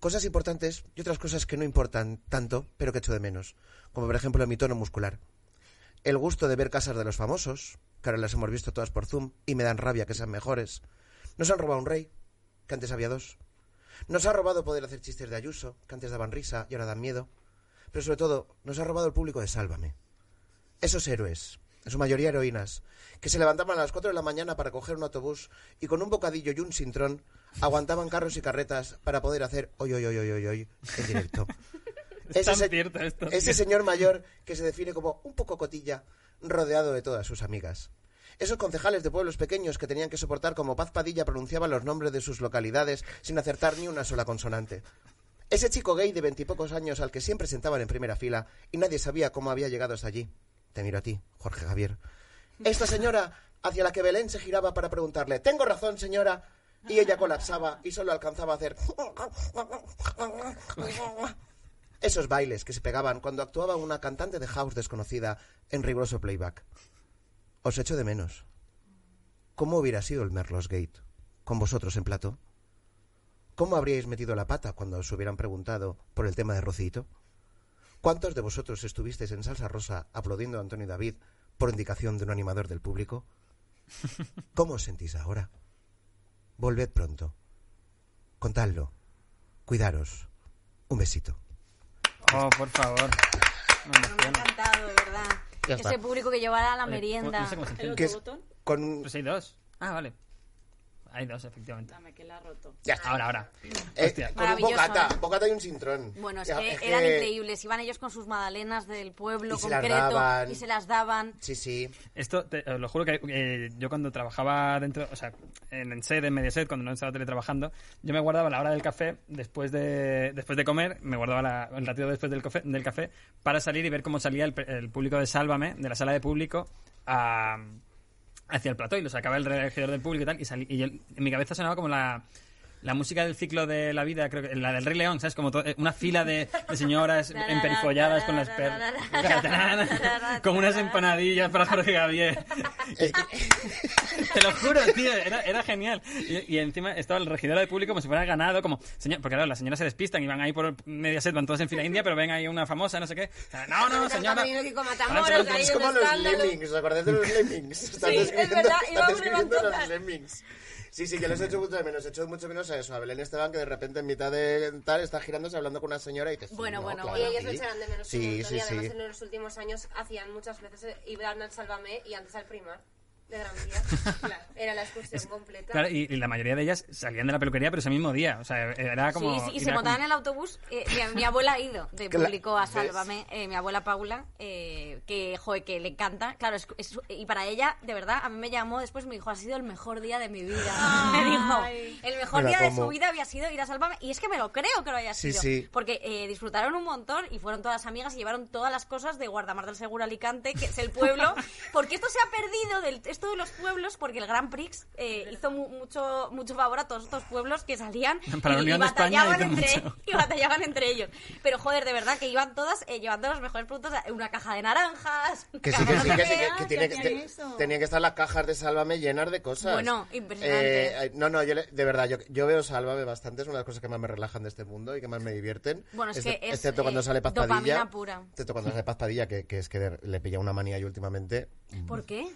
S3: Cosas importantes y otras cosas que no importan tanto, pero que echo de menos. Como por ejemplo mi tono muscular. El gusto de ver casas de los famosos, que ahora las hemos visto todas por Zoom y me dan rabia que sean mejores. Nos han robado un rey, que antes había dos. Nos ha robado poder hacer chistes de Ayuso, que antes daban risa y ahora dan miedo. Pero sobre todo, nos ha robado el público de Sálvame esos héroes, en su mayoría heroínas, que se levantaban a las 4 de la mañana para coger un autobús y con un bocadillo y un cintrón aguantaban carros y carretas para poder hacer hoy, hoy, hoy, hoy, hoy, hoy en directo.
S1: Es tan
S3: se-
S1: cierto esto.
S3: ese señor mayor que se define como un poco cotilla, rodeado de todas sus amigas. Esos concejales de pueblos pequeños que tenían que soportar como Paz Padilla pronunciaba los nombres de sus localidades sin acertar ni una sola consonante. Ese chico gay de veintipocos años al que siempre sentaban en primera fila y nadie sabía cómo había llegado hasta allí. Te miro a ti, Jorge Javier. Esta señora hacia la que Belén se giraba para preguntarle, ¿tengo razón, señora? Y ella colapsaba y solo alcanzaba a hacer... Esos bailes que se pegaban cuando actuaba una cantante de house desconocida en riguroso playback. Os echo de menos. ¿Cómo hubiera sido el Merlos Gate? ¿Con vosotros en plato? ¿Cómo habríais metido la pata cuando os hubieran preguntado por el tema de Rocito? ¿Cuántos de vosotros estuvisteis en Salsa Rosa aplaudiendo a Antonio David por indicación de un animador del público? ¿Cómo os sentís ahora? Volved pronto. Contadlo. Cuidaros. Un besito.
S1: Oh, por favor. No me
S2: Me ha
S1: emociono.
S2: encantado, de verdad.
S3: Ya
S2: Ese
S3: está.
S2: público que llevará a la
S1: Oye,
S2: merienda.
S1: No sé cómo se
S5: ¿El
S1: entiende.
S3: ¿Qué
S5: otro
S3: es?
S5: botón?
S3: Con un-
S1: Pues hay dos. Ah, vale. Hay dos, efectivamente.
S5: Dame que la ha roto.
S3: Ya está.
S1: Ahora, ahora.
S3: Eh,
S1: Hostia.
S3: con un
S2: Maravilloso,
S3: bocata.
S2: ¿eh?
S3: Bocata y un cintrón.
S2: Bueno, es
S3: Ya,
S2: que eran increíbles. Iban ellos con sus magdalenas del pueblo
S3: Y se las
S2: concreto
S3: daban.
S2: y se las daban.
S3: Sí, sí.
S1: Esto, te- os lo juro que eh, yo cuando trabajaba dentro, o sea, en, en sede, en Mediaset, cuando no estaba teletrabajando, yo me guardaba la hora del café después de, después de comer, me guardaba la- el ratito después del café, del café para salir y ver cómo salía el, pe- el público de Sálvame, de la sala de público, a- hacia el plató y lo sacaba el regidor del público y tal. Y, salí- y yo- en mi cabeza sonaba como la, la música del ciclo de la vida, creo que la del Rey León, ¿sabes? Como to- eh, una fila de, de señoras emperifolladas con las pernas. con unas empanadillas para Jorge Javier. Te lo juro, tío, era, era genial. Y, y encima estaba el regidor del público como si fuera ganado, como, señor, porque claro, las señoras se despistan y van ahí por media set, van todas en fila india, pero ven ahí una famosa, no sé qué. No, no, señora.
S4: Estamos viendo que con
S1: Ahora se
S4: Matamoros,
S1: van por-
S4: ahí
S3: Es
S4: un
S3: como los
S4: escándalo.
S3: lemmings, ¿os acordáis de los lemmings? Estás
S5: es
S3: describiendo-
S5: verdad,
S3: estás
S5: iba a
S3: describiendo
S5: levantar.
S3: los lemmings. Sí, sí, que los he hecho mucho de menos. He hecho mucho menos a eso, a Belén Esteban, que de repente en mitad de tal está girándose hablando con una señora y te
S2: Bueno, bueno,
S4: Y
S2: bueno.
S4: ellos
S3: sí.
S4: lo echarán de menos un
S3: Sí,
S4: montón,
S3: sí,
S4: y además
S3: sí.
S4: en los últimos años hacían muchas veces eh, iban al Sálvame y antes al Primar de Gran Vía. Era la excursión completa.
S1: Claro, y, y la mayoría de ellas salían de la peluquería, pero ese mismo día. O sea, era como.
S2: Sí, sí, y se
S1: era
S2: montaban en
S1: como-
S2: el autobús. Eh, mi, mi abuela ha ido de
S3: Cla-
S2: público a
S3: ¿ves?
S2: Sálvame, eh, mi abuela Paula, eh, que, joder, que le encanta. Claro, es- es- y para ella, de verdad, a mí me llamó después y me dijo, ha sido el mejor día de mi vida. Me
S5: Ay.
S2: dijo, el mejor
S3: Mira
S2: día de su
S3: cómo.
S2: vida había sido ir a Sálvame. Y es que me lo creo que lo haya
S3: Sí,
S2: sido.
S3: sí.
S2: Porque eh, disfrutaron un montón y fueron todas amigas y llevaron todas las cosas de Guardamar del Seguro Alicante, que es el pueblo. Porque esto se ha perdido, del, esto de los pueblos, porque el Gran Prix eh, hizo mu- mucho, mucho favor a todos estos pueblos que salían
S1: Para la
S2: y-
S1: Unión
S2: y
S1: de España
S2: batallaban
S1: hizo
S2: entre,
S1: mucho.
S2: y batallaban entre ellos. Pero joder, de verdad que iban todas eh, llevando los mejores productos, eh, una caja de naranjas,
S3: Que sí,
S2: caja
S3: que
S2: de
S3: sí, que sí, que,
S2: papel.
S3: que tiene que,
S5: hacían
S3: te-
S5: eso.
S3: tenían que estar las cajas de Sálvame llenas de cosas.
S2: Bueno, impresionante.
S3: Eh, ay, no, no, yo le- de verdad, yo, yo veo Sálvame bastante, es una de las cosas que más me relajan de este mundo y que más me divierten.
S2: Bueno, es
S3: Excep-
S2: que es,
S3: Excepto cuando
S2: eh,
S3: sale Paz
S2: dopamina
S3: Padilla.
S2: pura.
S3: Excepto cuando sale Paz Padilla, que, que es que de- le pilla una manía y últimamente.
S2: ¿Por qué?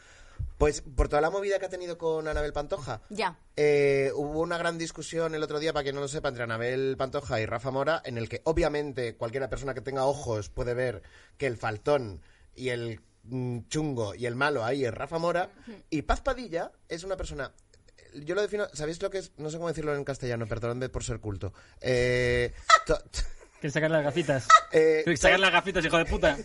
S3: Pues por toda la movida que ha tenido con Anabel Pantoja.
S2: Ya.
S3: Eh, hubo una gran discusión el otro día, para quien no lo sepa, entre Anabel Pantoja y Rafa Mora, en el que obviamente cualquiera persona que tenga ojos puede ver que el faltón y el mm, chungo y el malo ahí es Rafa Mora. Y Paz Padilla es una persona. Yo lo defino. ¿Sabéis lo que es? No sé cómo decirlo en castellano, perdonadme por ser culto. Eh, to-
S1: ¿Quieres sacar las gafitas?
S3: eh,
S1: ¿Quieres sacar las gafitas, hijo de puta?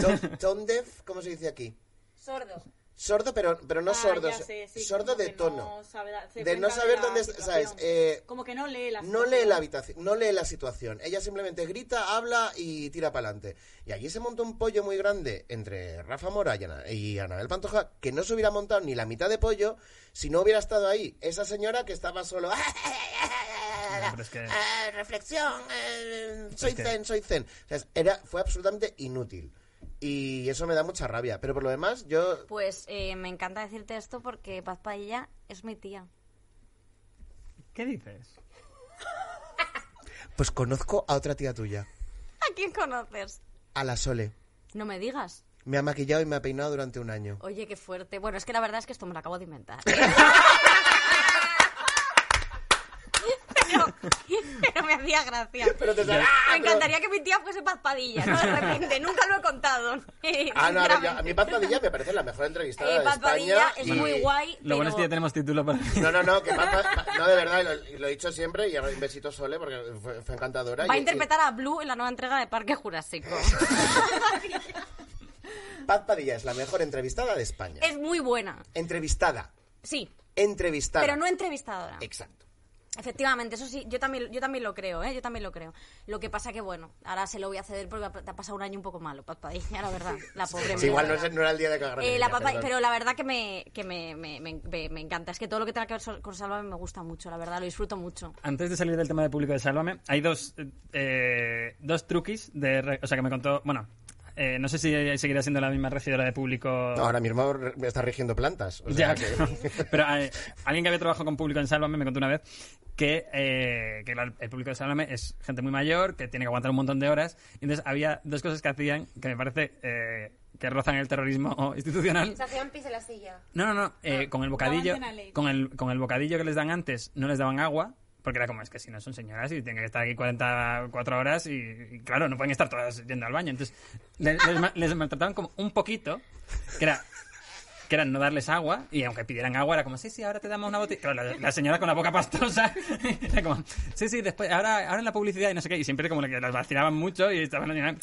S3: to- tondef, ¿cómo se dice aquí?
S4: Sordo.
S3: Sordo, pero, pero no
S5: Ah,
S3: sordo.
S5: ya sé, sí,
S3: sordo
S5: como
S3: de
S5: que no
S3: tono.
S5: sabe dar- se
S3: de no
S5: cuenta
S3: saber
S5: la
S3: dónde es-
S5: situación.
S3: ¿sabes? Eh,
S5: Como que no lee la
S3: no lee
S5: situación.
S3: la habitación, no lee la situación. Ella simplemente grita, habla y tira para adelante. Y allí se montó un pollo muy grande entre Rafa Mora y, Ana- y Anabel Pantoja que no se hubiera montado ni la mitad de pollo si no hubiera estado ahí esa señora que estaba solo.
S1: pero es que-
S3: "Ah, reflexión, eh, soy
S1: es que-
S3: zen, soy zen. O sea, era, fue absolutamente inútil. Y eso me da mucha rabia. Pero por lo demás, yo.
S2: Pues eh, me encanta decirte esto porque Paz Padilla es mi tía.
S1: ¿Qué dices?
S3: Pues conozco a otra tía tuya,
S2: ¿A quién conoces?
S3: a la Sole.
S2: No me digas.
S3: Me ha maquillado y me ha peinado durante un año.
S2: Oye, qué fuerte. Bueno, es que la verdad es que esto me lo acabo de inventar. pero, pero me hacía gracia.
S3: Pero te sale-
S2: Me encantaría que mi tía fuese Paz Padilla, ¿no? De repente, nunca lo he contado.
S3: Ah, no, ahora ya- a
S2: Sinceramente.
S3: mí Paz Padilla me parece la mejor entrevistada
S2: Eh,
S3: de
S2: Paz
S3: España.
S2: Padilla es
S3: y-
S2: muy guay,
S1: Lo bueno es que ya
S2: pero-
S1: tenemos título para.
S3: No, no, no, que Paz Pa- Pa- no, de verdad, y lo, y lo he dicho siempre, y ahora un besito Sole, porque fue, fue encantadora.
S2: Va a
S3: y- y
S2: interpretar a Blue en la nueva entrega de Parque Jurásico.
S3: Paz Padilla es la mejor entrevistada de España.
S2: es muy buena,
S3: Entrevistada.
S2: sí,
S3: Entrevistada.
S2: pero no entrevistadora.
S3: Exacto.
S2: Efectivamente, eso sí, yo también, yo también lo creo, ¿eh? Yo también lo creo. Lo que pasa que, bueno, ahora se lo voy a ceder porque ha- te ha pasado un año un poco malo, Paz Padilla, la verdad. La pobre
S3: Sí, pues
S2: mía,
S3: igual
S2: la
S3: no,
S2: verdad.
S3: es- no era el día de cagar.
S2: Eh, la Paz Padilla- pero la verdad que, me, que me, me, me- me- me encanta. Es que todo lo que tenga que ver so- con Sálvame me gusta mucho, la verdad, lo disfruto mucho.
S1: Antes de salir del tema de público de Sálvame, hay dos, eh, eh, dos truquis de, re- o sea, que me contó, bueno, Eh, no sé si seguirá siendo la misma regidora de público.
S3: Ahora mismo re- me está rigiendo plantas. O
S1: Ya,
S3: sea que-
S1: claro. Pero eh, alguien que había trabajado con público en Sálvame me contó una vez que, eh, que la- el público de Sálvame es gente muy mayor, que tiene que aguantar un montón de horas. Y entonces había dos cosas que hacían que me parece eh, que rozan el terrorismo institucional.
S4: Se hacían pis en la silla.
S1: No, no, no, eh, con el bocadillo,
S5: daban Tenaley.
S1: con el, con el bocadillo que les dan antes, no les daban agua. Porque era como, es que si no son señoras y tienen que estar aquí 44 horas y, y claro, no pueden estar todas yendo al baño. Entonces, le- les, ma- les maltrataban como un poquito, que era, que era no darles agua y aunque pidieran agua era como, sí, sí, ahora te damos una botella. Claro, la, la señora con la boca pastosa era como, sí, sí, después, ahora, ahora en la publicidad y no sé qué. Y siempre como que las vacinaban mucho y estaban la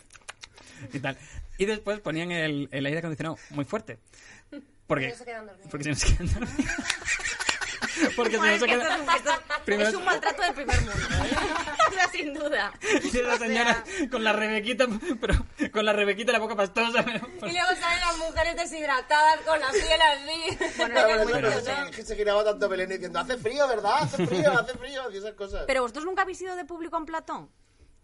S1: y tal. Y después ponían el, el aire acondicionado muy fuerte. Porque,
S4: Porque se quedan dormidos.
S1: porque si no se quedan dormidos. Porque si
S2: Bueno,
S1: no
S2: es
S1: se
S2: que esto es
S1: quedan
S2: un, esto
S1: Primero-
S2: es un maltrato del primer mundo, ¿eh? O sea, sin duda.
S1: Y las señoras con la rebequita, pero con la rebequita y la boca pastosa. pero-
S4: Y luego salen las mujeres deshidratadas con la piel así.
S3: Claro, bueno,
S1: Pero-
S3: pero sí, que se giraba tanto Belén diciendo, hace frío, ¿verdad? Hace frío, hace frío, y esas cosas.
S2: Pero vosotros nunca habéis ido de público en Platón.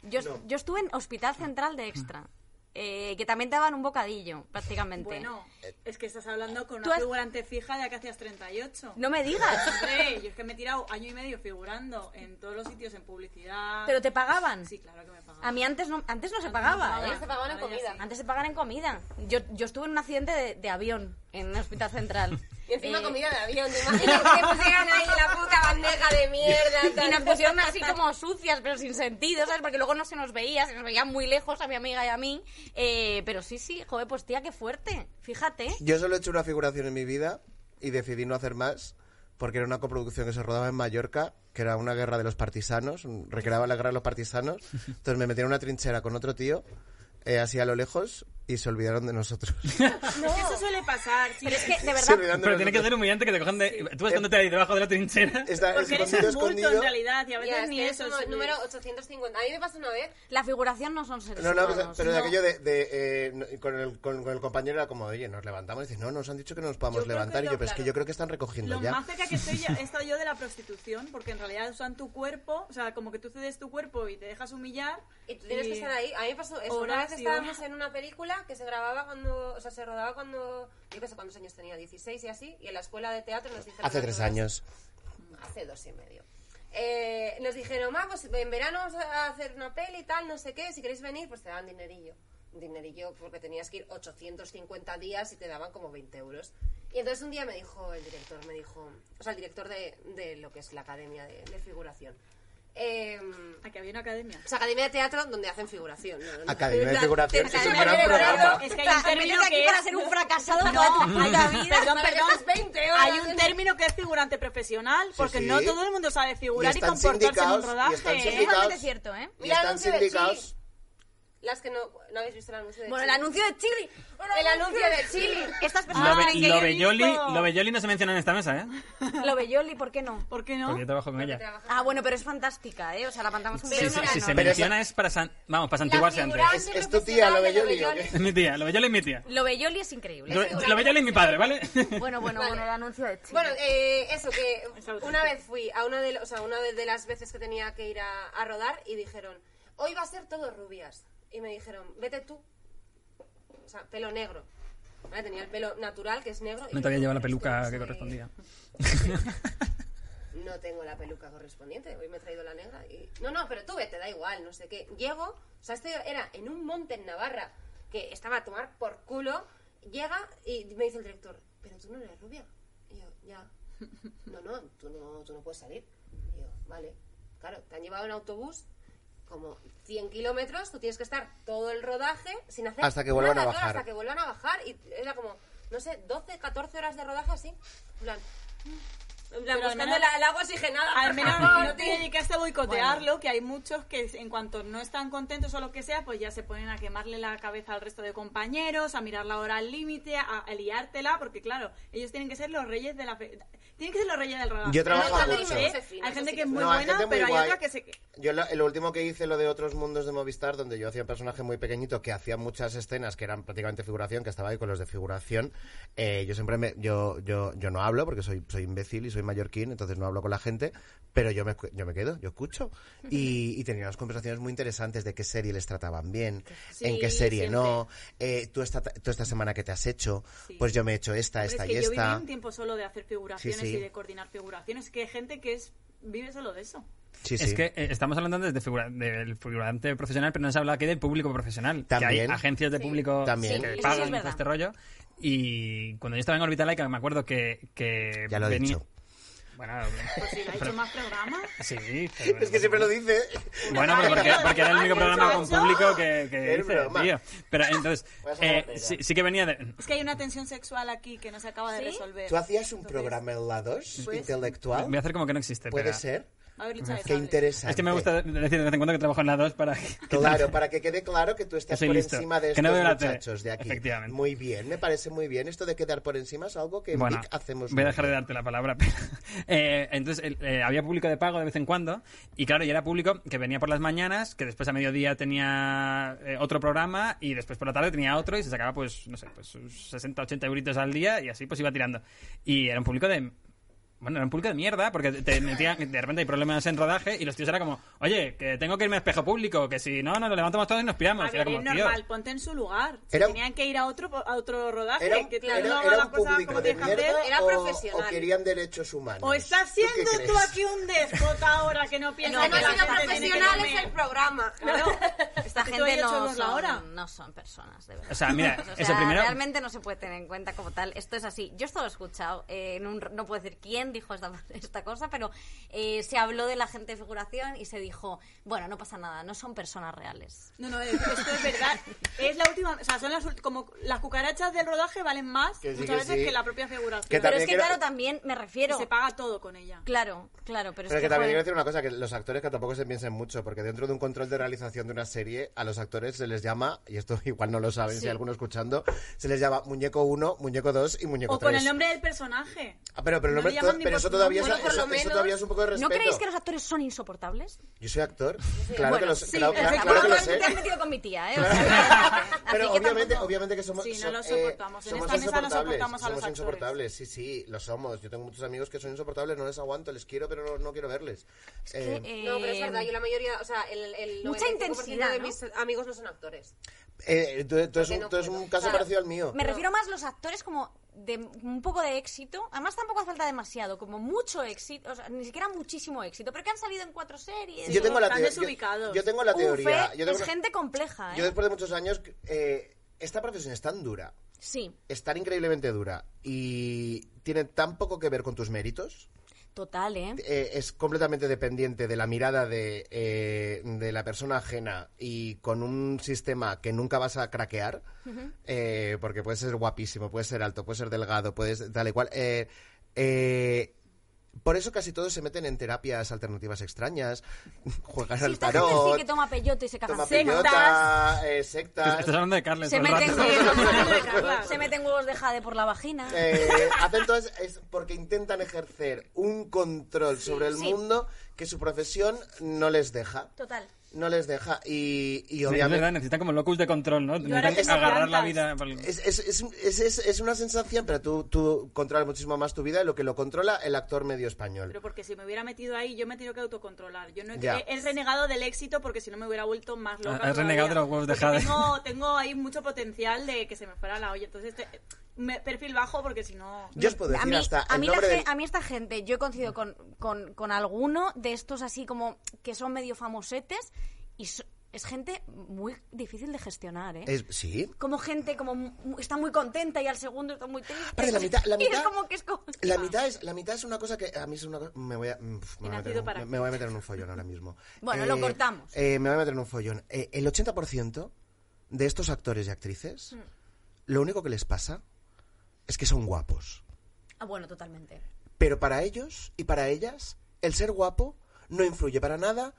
S2: Yo, es-
S3: No.
S2: yo estuve en Hospital Central de Extra, eh, que también te daban un bocadillo, prácticamente.
S5: Bueno, es que estás hablando con
S2: Tú
S5: una
S2: has-
S5: figurante fija ya que hacías 38.
S2: No me digas,
S5: Hombre, yo es que me he tirado año y medio figurando en todos los sitios, en publicidad.
S2: pero te pagaban.
S5: Sí, claro que me
S4: Ah,
S5: pagan.
S2: A mí antes no, antes no se pagaba,
S4: Ahora
S2: ¿eh?
S4: se pagaban en comida.
S2: Antes se pagaban en comida. Yo, yo estuve en un accidente de, de avión en el Hospital Central.
S4: Y encima
S2: Eh,
S4: comida de avión, ¿te imaginas que pusieran ahí la puta bandeja de mierda? tal?
S2: Y nos pusieron así como sucias, pero sin sentido, ¿sabes? Porque luego no se nos veía, se nos veía muy lejos a mi amiga y a mí. Eh, pero sí, sí, joder, pues tía, qué fuerte. Fíjate.
S3: Yo solo he hecho una figuración en mi vida y decidí no hacer más porque era una coproducción que se rodaba en Mallorca, que era una guerra de los partisanos, un- recreaba la guerra de los partisanos. Entonces me metí en una trinchera con otro tío, eh, así a lo lejos, y se olvidaron de nosotros.
S5: Es que eso suele pasar, sí.
S2: Pero es que, de
S3: Se
S2: verdad,
S3: olvidaron de
S1: Pero tiene que
S3: nosotros.
S1: ser humillante que te cojan de... Tú escóndete ahí debajo de la trinchera.
S3: Está
S5: Porque eres
S3: escondido,
S5: un bulto en
S3: escondido.
S5: realidad y a veces
S4: Ya, es
S5: pues, ni
S4: que
S5: eso.
S4: es como
S5: es-
S4: el número 850. A mí me pasó una vez.
S2: la figuración no son seres
S3: No, no,
S2: humanos.
S3: pero de
S2: no.
S3: aquello de, de, eh, no- con, el, con, con el compañero era como, oye, nos levantamos y dice, no, nos han dicho que no nos podemos
S5: Yo creo que
S3: levantar. Y
S5: no,
S3: yo, pero es que
S5: claro.
S3: yo creo que están recogiendo
S5: Lo
S3: ya.
S5: más cerca que estoy ya- he estado yo de la prostitución, porque en realidad usan tu cuerpo, o sea, como que tú cedes tu cuerpo y te dejas humillar.
S4: Y tú tienes que estar ahí. A mí me pasó eso. Una vez
S5: Horacio.
S4: estábamos en una película que se grababa cuando. O sea, se rodaba cuando. Yo qué sé cuántos años tenía, 16 y así. Y en la escuela de teatro nos dijeron.
S3: Hace
S4: a
S3: tres
S4: todas-
S3: años.
S4: Hace dos y medio. Eh, nos dijeron, ma, pues en verano vamos a hacer una peli y tal, no sé qué. Si queréis venir, pues te daban dinerillo. Un dinerillo porque tenías que ir 850 días y te daban como 20 euros. Y entonces un día me dijo el director, me dijo. O sea, el director de, de lo que es la academia de, de figuración. Eh,
S5: Aquí había una academia.
S4: o sea, Academia de Teatro donde hacen figuración. ¿no?
S3: Academia de
S4: En plan,
S3: Figuración,
S4: te
S3: es un
S4: sacan
S3: gran
S4: el
S3: programa.
S4: grado
S5: Es que hay un
S2: O sea,
S5: término
S2: métete aquí
S5: que
S2: para
S5: es-
S2: ser un fracasado
S5: No,
S2: toda tu puta vida.
S5: perdón,
S4: Para que
S5: perdón.
S4: estás 20 horas
S5: Hay un
S4: haciendo-
S5: término que es figurante profesional, porque
S3: sí.
S5: no todo el mundo sabe
S3: Y
S5: figurar y,
S3: están
S5: comportarse en un
S3: sindicados, y
S5: rodaje.
S3: están
S5: ¿eh?
S2: Es
S3: sindicados.
S2: totalmente cierto, ¿eh?
S3: Y
S4: Mira el
S3: están
S4: anuncio de
S3: sindicados.
S4: Chili. Las que no, no habéis visto el anuncio de
S2: Bueno, el
S4: Chili.
S2: anuncio de Chili.
S4: El anuncio de Chili.
S2: Estas personas
S5: Ay,
S1: Lobe-
S5: que
S2: tienen
S5: yo he
S1: Lobelloli
S5: visto.
S1: Lobelloli no se menciona en esta mesa, ¿eh?
S2: que ir. Lo Belloli, ¿por qué no?
S5: ¿Por qué
S1: Porque yo
S5: no?
S1: trabajo con ella.
S2: Ah, bueno, pero es fantástica, ¿eh? O sea, la plantamos un
S1: Sí,
S4: Pero
S2: beso.
S1: sí,
S4: no,
S1: si
S4: no.
S1: se
S3: Pero
S1: menciona es para san- vamos, para santiguarse antes.
S4: figurante
S3: Es- es tu tía, lo
S4: profesional de
S3: Belloli, ¿o qué?
S1: Es mi tía, Lobelloli es mi tía.
S2: Lo Belloli es increíble.
S1: Lo- Lobelloli es mi padre, ¿vale?
S2: Bueno, bueno,
S4: Vale.
S2: bueno, el anuncio de Chili.
S4: Bueno, eh, eso, que
S5: auténtico.
S4: una vez fui a una de, lo- o sea, una de, de las veces que tenía que ir a, a rodar y dijeron, hoy va a ser todo rubias. Y me dijeron, vete tú. O sea, pelo negro. Vale, Tenía el pelo natural, que es negro. y
S1: No
S4: yo,
S1: te había llevado la
S4: "Pero es
S1: peluca
S4: no
S1: que
S4: soy-
S1: correspondía.
S4: no tengo la peluca correspondiente, hoy me he traído la negra y... No, no, pero tú vete, da igual, no sé qué. Llego, o sea, esto era en un monte en Navarra, que estaba a tomar por culo, llega y me dice el director, pero tú no eres rubia. Y yo, ya. No, no, tú no, tú no puedes salir. Y yo, vale. Claro, te han llevado en autobús como 100 kilómetros, tú tienes que estar todo el rodaje sin hacer
S3: Hasta que vuelvan
S4: nada,
S3: a
S4: claro,
S3: bajar.
S4: hasta que vuelvan a bajar y era como, no sé, 12, 14 horas de rodaje así. En plan, en plan,
S5: Pero
S4: buscando
S5: al menos-
S4: la- el agua oxigenada.
S5: Al
S4: por
S5: menos
S4: favor.
S5: no te dedicaste a boicotearlo, que hay muchos que en cuanto no están contentos o lo que sea, pues ya se ponen a quemarle la cabeza al resto de compañeros, a mirar la hora al límite, a, a liártela, porque claro, ellos tienen que ser los reyes de la... fe- Tienen que ser los reyes del rodaje.
S3: Yo he trabajado
S5: Hay gente
S3: mucho.
S5: que-
S4: Eso sí,
S5: Hay gente
S4: eso
S5: que es
S4: sí.
S5: muy
S3: No, hay
S5: buena,
S3: gente muy
S5: pero hay
S3: guay.
S5: otra que se...
S3: Yo lo, el último que hice, lo de otros mundos de Movistar, donde yo hacía un personaje muy pequeñito que hacía muchas escenas que eran prácticamente figuración, que estaba ahí con los de figuración. eh, yo siempre me, yo, yo, yo no hablo porque soy, soy imbécil y soy mallorquín, entonces no hablo con la gente, pero yo me, yo me quedo, yo escucho. Y, y tenía unas conversaciones muy interesantes de qué serie les trataban bien,
S5: Sí,
S3: en qué serie
S5: siempre.
S3: no, eh, tú, esta, tú esta semana que te has hecho,
S5: Sí.
S3: pues yo me he hecho esta,
S5: Hombre,
S3: esta
S5: es que
S3: y
S5: yo
S3: esta.
S5: viví un tiempo solo de hacer figuraciones
S3: Sí, sí.
S5: y de coordinar figuraciones, que hay gente que es vive solo de eso.
S3: Sí,
S1: Es
S3: sí.
S1: que eh, estamos hablando antes de figura- del figurante profesional, pero no se habla aquí del público profesional. Que hay
S3: También.
S1: agencias de público que
S3: También. Sí, eso sí
S2: es
S1: pagan
S2: verdad.
S1: todo este rollo. Y cuando yo estaba en Orbital que me acuerdo que... que
S3: Ya lo he
S1: venía-
S3: dicho.
S1: Bueno,
S5: Pues si lo ha
S1: pero-
S5: hecho más programas.
S1: sí.
S3: Es que siempre lo dice.
S1: Bueno, pero porque, porque era el único programa con público que, que
S3: Es
S1: hice,
S3: broma.
S1: tío. Pero entonces,
S3: Voy a sacar la
S1: eh,
S3: tela.
S1: sí, sí que venía de...
S5: Es que hay una tensión sexual aquí que no se acaba de
S2: ¿Sí?
S5: resolver.
S3: Tú hacías un
S5: Entonces,
S3: programa en la 2
S5: Pues-
S3: intelectual.
S1: Voy a hacer como que no existe.
S3: Puede
S1: espera.
S3: ser.
S5: A ver, Lucha de
S3: Qué
S5: Sables.
S3: interesante.
S1: Es que me gusta decir de vez en cuando que trabajo en la 2 para...
S3: Claro, para que quede claro que tú estás
S1: soy
S3: por
S1: listo,
S3: encima de
S1: que
S3: estos
S1: no veo la tele.
S3: muchachos de aquí.
S1: Efectivamente.
S3: Muy bien, me parece muy bien. Esto de quedar por encima es algo que en
S1: Bueno,
S3: Vic hacemos.
S1: voy a
S3: muy
S1: dejar de
S3: bien.
S1: darte la palabra. pero- Eh, entonces, el- eh, había público de pago de vez en cuando. Y claro, ya era público que venía por las mañanas, que después a mediodía tenía eh, otro programa y después por la tarde tenía otro y se sacaba, pues, no sé, pues sus 60, 80 euritos al día y así pues iba tirando. Y era un público de... Bueno, era un público de mierda porque te metían, de repente hay problemas en rodaje y los tíos era como, oye, que tengo que irme a espejo público, que si no, nos lo levantamos todos y nos piramos.
S5: A
S1: Y era
S5: ver, es
S1: como, "Tío".
S5: normal, ponte en su lugar. Si
S3: Era-
S5: tenían que ir a otro, a otro rodaje,
S3: Era, un-
S5: que
S3: era-
S5: claro, no hagan
S3: era
S5: las
S3: un
S5: cosas
S3: público
S5: como
S3: de
S5: tienes que hacer.
S3: mierda
S4: era
S3: o,
S4: profesional.
S3: o querían derechos humanos.
S5: O estás
S3: ¿Tú qué
S5: siendo tú,
S3: crees?
S5: aquí un déspota ahora que no
S4: No,
S5: piensas
S4: no
S5: que
S4: ha
S5: la
S4: sido
S5: gente tiene que
S4: profesional, es
S5: comer.
S4: el programa.
S5: Claro.
S2: Esta
S5: Tú
S2: gente
S5: y yo
S2: no
S5: somos
S2: son,
S5: la hora.
S2: no son personas, de verdad.
S1: O sea, mira,
S2: O
S1: eso
S2: sea,
S1: primero...
S2: Realmente no se puede tener en cuenta como tal. Esto es así. Yo esto lo he escuchado. eh, en un, no puedo decir quién dijo esta, esta cosa, pero eh, se habló de la gente de figuración y se dijo, bueno, no pasa nada, no son personas reales.
S5: No, no, esto es verdad. Es la última, o sea, son las ult- como las cucarachas del rodaje valen más
S3: Que sí,
S5: muchas
S3: que
S5: veces
S3: sí.
S5: que la propia figuración.
S2: Pero
S3: Que También
S2: es que,
S3: quiero-
S2: claro, también me
S5: Y
S2: refiero...
S5: se paga todo con ella.
S2: Claro, claro, pero,
S3: Pero
S2: es
S3: que también quiero
S2: joder,
S3: decir una cosa, que los actores que tampoco se piensen mucho, porque dentro de un control de realización de una serie, a los actores se les llama, y esto igual no lo saben si hay alguno escuchando, se les llama muñeco 1, muñeco 2 y muñeco
S5: O
S3: 3.
S5: con el nombre del personaje.
S3: Ah, pero, pero, el
S5: No
S3: nombre
S5: le
S3: to-
S5: llaman ni pues,
S3: pero
S5: por
S3: eso,
S5: su
S3: todavía es,
S5: nombre,
S4: por lo
S3: eso- eso
S4: menos.
S3: todavía es un poco de respeto.
S2: ¿No creéis que los actores son insoportables?
S3: Yo soy actor, claro que lo sé.
S5: sí,
S3: claro,
S5: es
S3: claro-
S5: que
S3: claro que lo
S2: Bueno,
S3: sé.
S2: te has metido con mi tía, ¿eh? O sea, que-
S3: Pero
S2: así que
S3: obviamente,
S2: tampoco-
S3: obviamente que somos.
S5: Sí, no
S3: so-
S5: lo
S3: eh,
S5: soportamos. En
S3: somos
S5: esta mesa no
S3: insoportables,
S5: soportamos a los
S3: somos
S5: actores.
S3: insoportables, sí, sí, lo somos. Yo tengo muchos amigos que son insoportables, no les aguanto, les quiero, pero no, no quiero verles. Eh,
S2: que, eh,
S4: No, pero es verdad, yo la mayoría, o sea, el, el
S2: Mucha
S4: 95%
S2: intensidad,
S4: de
S2: ¿no?
S4: mis amigos no son actores.
S3: eh, tú, tú es un,
S4: no
S3: tú es
S4: puedo.
S3: un caso
S4: Claro.
S3: parecido al mío.
S2: Me refiero más a los actores como de un poco de éxito. Además, tampoco hace falta demasiado, como mucho éxito, o sea, ni siquiera muchísimo éxito, pero que han salido en cuatro series.
S3: Yo tengo la
S5: están
S3: teoría. Yo,
S5: desubicados.
S3: yo tengo la
S2: Ufe,
S3: teoría. yo tengo
S2: es
S3: una-
S2: gente compleja, ¿eh?
S3: yo después de muchos años, eh, esta profesión es tan dura,
S2: Sí,
S3: es tan increíblemente dura y tiene tan poco que ver con tus méritos.
S2: total, ¿eh?
S3: eh, es completamente dependiente de la mirada de, eh, de la persona ajena y con un sistema que nunca vas a craquear, eh, porque puedes ser guapísimo, puedes ser alto, puedes ser delgado, puedes tal y cual. eh, eh, por eso casi todos se meten en terapias alternativas extrañas, juegan
S2: Si
S3: al
S2: esta gente sí
S3: tarot,
S2: que toma peyote y se caga
S3: toma
S2: encima.
S3: pillota, eh, sectas,
S1: Estás hablando de Carles.
S2: pues, Se
S1: todo el
S2: meten,
S1: rato.
S2: huevos, se meten huevos de jade por la vagina.
S3: eh, hacen todo es, es porque intentan ejercer un control sobre el
S2: sí.
S3: mundo que su profesión no les deja.
S2: Total.
S3: No les deja. Y, y
S1: Es verdad,
S3: obviamente.
S1: necesitan como locus de control, ¿no?
S5: ahora
S1: Necesitan
S5: tengo
S1: agarrar la
S5: plantas.
S1: vida. por el-
S3: Es, es, es, es- es- es una sensación, pero tú, tú controlas muchísimo más tu vida y lo que lo controla el actor medio español.
S5: Pero porque si me hubiera metido ahí, yo me he tenido que autocontrolar. Yo no he,
S3: Ya.
S5: he- he renegado del éxito porque si no me hubiera vuelto más loca.
S1: Ah, Has
S5: todavía.
S1: renegado de los huevos de
S5: Porque
S1: jade.
S5: Tengo, tengo ahí mucho potencial de que se me fuera la olla. Entonces, este- me- perfil bajo porque si no.
S3: Yo os puedo
S2: a
S3: decir
S2: mí,
S3: hasta
S2: a
S3: el
S2: mí la
S3: nombre
S2: gen-
S3: del-
S2: a mí esta gente, yo he coincidido con, con, con alguno de estos así como que son medio famosetes y so- es gente muy difícil de gestionar, ¿eh?
S3: es- sí.
S2: Como gente como mu- está muy contenta y al segundo está muy triste.
S3: Aparte, la mitad- la
S2: Y es
S3: mitad-
S2: como que es como...
S3: La mitad, es, la mitad es una cosa que a mí es una cosa... Me voy a, mm, pf, me voy a
S5: nacido
S3: meter en un-
S5: para
S3: me- me voy a meter en un follón ahora mismo.
S2: Bueno, lo cortamos.
S3: eh, me voy a meter en un follón. Eh, el 80% de estos actores y actrices,
S2: Mm.
S3: lo único que les pasa es que son guapos.
S2: Ah, bueno, totalmente.
S3: Pero para ellos y para ellas, el ser guapo no influye para nada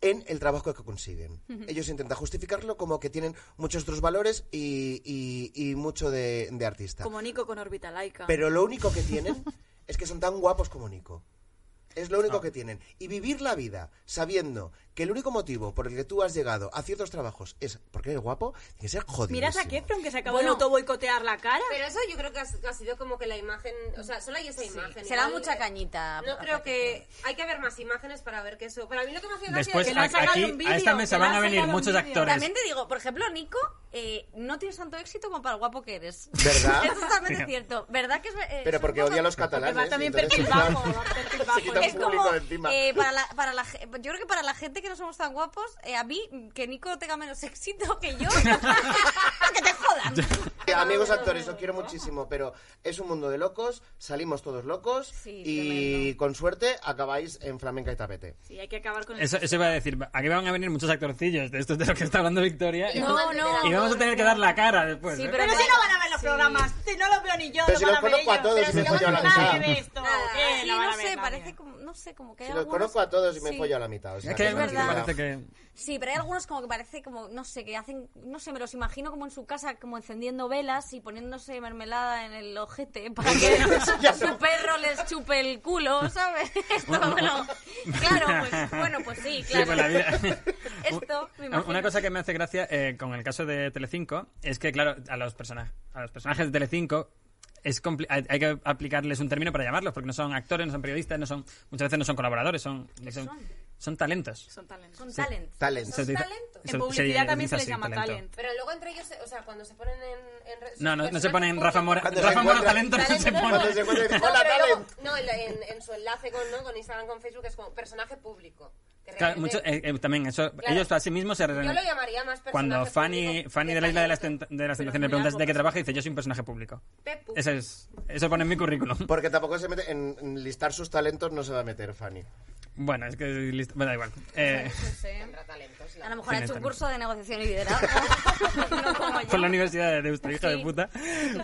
S3: en el trabajo que consiguen. Ellos intentan justificarlo como que tienen muchos otros valores y, y- y mucho de, de artista.
S5: Como Nico con órbita laica.
S3: Pero lo único que tienen es que son tan guapos como Nico. Es lo
S5: Ah.
S3: único que tienen. Y vivir la vida sabiendo que el único motivo por el que tú has llegado a ciertos trabajos es porque eres guapo, tiene que ser jodido.
S5: Miras a Kefron que se acabó
S2: Bueno.
S5: de auto boicotear la cara.
S4: Pero eso yo creo que ha, ha sido como que la imagen, o sea, solo hay esa imagen.
S2: Se da
S4: Igual,
S2: mucha
S4: eh,
S2: cañita.
S4: No creo que hay que ver más imágenes para ver que eso. Para mí lo que me hace gracia
S1: Después,
S4: es
S5: le han
S1: a-
S5: sacado
S1: aquí,
S5: un vídeo,
S1: a esta mesa
S5: que le han
S1: van a venir
S5: sacado un
S1: muchos
S5: vídeo.
S1: actores.
S2: También te digo, por ejemplo, Nico, eh, no tienes tanto éxito como para el guapo que eres.
S3: ¿Verdad?
S2: es totalmente cierto. ¿Verdad que es, eh,
S3: Pero
S2: son
S3: porque
S2: cosas-
S3: odia a los
S5: Porque
S3: catalanes.
S5: va también
S3: y entonces
S5: perfil
S3: se quitan-
S5: bajo, va perfil
S3: se
S5: bajo.
S3: quitan
S5: Es
S2: Es
S3: público
S2: como,
S3: de encima.
S2: eh, para la, para la, ge- yo creo que para la gente que no somos tan guapos, eh, a mí, que Nico tenga menos éxito que yo, que te jodan.
S3: Eh,
S2: Ah,
S3: Amigos actores, os quiero muchísimo, pero es un mundo de locos, salimos todos locos
S2: Sí,
S3: y
S2: tremendo.
S3: con suerte acabáis en Flamenca y Tapete.
S5: Sí, hay que acabar con
S1: Eso,
S5: el-
S1: eso iba a decir, aquí van a venir muchos actorcillos de esto de lo que está hablando Victoria. y-
S2: No, no.
S1: y vamos a tener que dar la cara después.
S2: Sí,
S1: ¿eh?
S5: Pero,
S2: Pero
S5: si
S2: me-
S5: no van a ver los
S2: sí.
S5: programas, si no los veo ni yo,
S3: Pero
S5: los
S3: si
S5: van
S3: los
S5: a ver
S3: conozco a
S5: ellos.
S3: todos,
S5: Pero
S3: si me
S5: yo
S3: follo a la
S5: no nada
S3: mitad.
S5: que ve esto,
S2: Nada.
S5: eh,
S2: Sí,
S5: la van a
S2: no
S5: ver
S2: sé,
S5: nadie.
S2: parece como, no sé, como que hay
S3: Si los
S2: algunos-
S3: conozco a todos y me
S2: sí.
S3: follo a la mitad. o sea,
S1: Es que hay
S3: que
S1: algunos que
S2: verdad.
S1: parece que...
S2: Sí, pero hay algunos como que parece como, no sé, que hacen, no sé, me los imagino como en su casa, como encendiendo velas y poniéndose mermelada en el ojete para que
S3: Ya
S2: su
S3: no.
S2: perro les chupe el culo, ¿sabes? Esto, bueno, claro, pues, bueno, pues sí,
S1: Sí,
S2: claro.
S1: pues la vida-
S2: Esto, me imagino.
S1: Una cosa que me hace gracia eh, con el caso de Telecinco es que, claro, a los, personajes a los personajes de Telecinco es compli- hay, hay que aplicarles un término para llamarlos, porque no son actores, no son periodistas, no son muchas veces no son colaboradores, son, son, son talentos.
S5: Son talentos.
S2: Son talent.
S3: Talent.
S1: Se dice-
S4: talentos?
S1: se-
S5: En
S1: se
S5: publicidad también
S1: dice
S5: se les
S1: así,
S5: llama talent.
S1: talento.
S3: Pues
S4: Pero luego entre ellos, o sea, cuando se ponen en... en re-
S1: No, no, no se ponen
S4: personajes
S1: Rafa Mora.
S4: públicos,
S3: Cuando se
S1: Rafa Mora talento
S3: encuentran-
S1: no se
S4: Talento,
S3: Cuando
S1: pone.
S3: se encuentran y dicen,
S4: No,
S3: "Hola,
S4: pero luego-
S3: talent".
S4: no, en, la- en- en su enlace con, ¿no? con Instagram, con Facebook, es como personaje público. que
S1: Claro,
S4: realmente-
S1: mucho- eh, eh, también eso, ellos a sí mismos se
S4: Yo lo llamaría más personaje
S1: Cuando Fanny,
S4: público
S1: Fanny
S4: que
S1: de la Isla de las, Tenta-
S4: talento.
S1: de las
S5: es
S1: Tentaciones
S5: muy
S1: le preguntas de
S5: largo.
S1: qué trabaja y dice, yo soy un personaje público.
S4: Pepu.
S1: Ese es, eso pone en mi currículum.
S3: Porque tampoco se mete en listar sus talentos, no se va a meter Fanny.
S1: Bueno, es que listo, bueno, da igual. Eh,
S4: Tendrá talentos, la-
S2: A lo mejor ha hecho un
S1: Tiene
S2: curso de negociación y liderazgo. no como yo.
S1: por la Universidad de Deusto, hija de
S2: Sí.
S1: puta.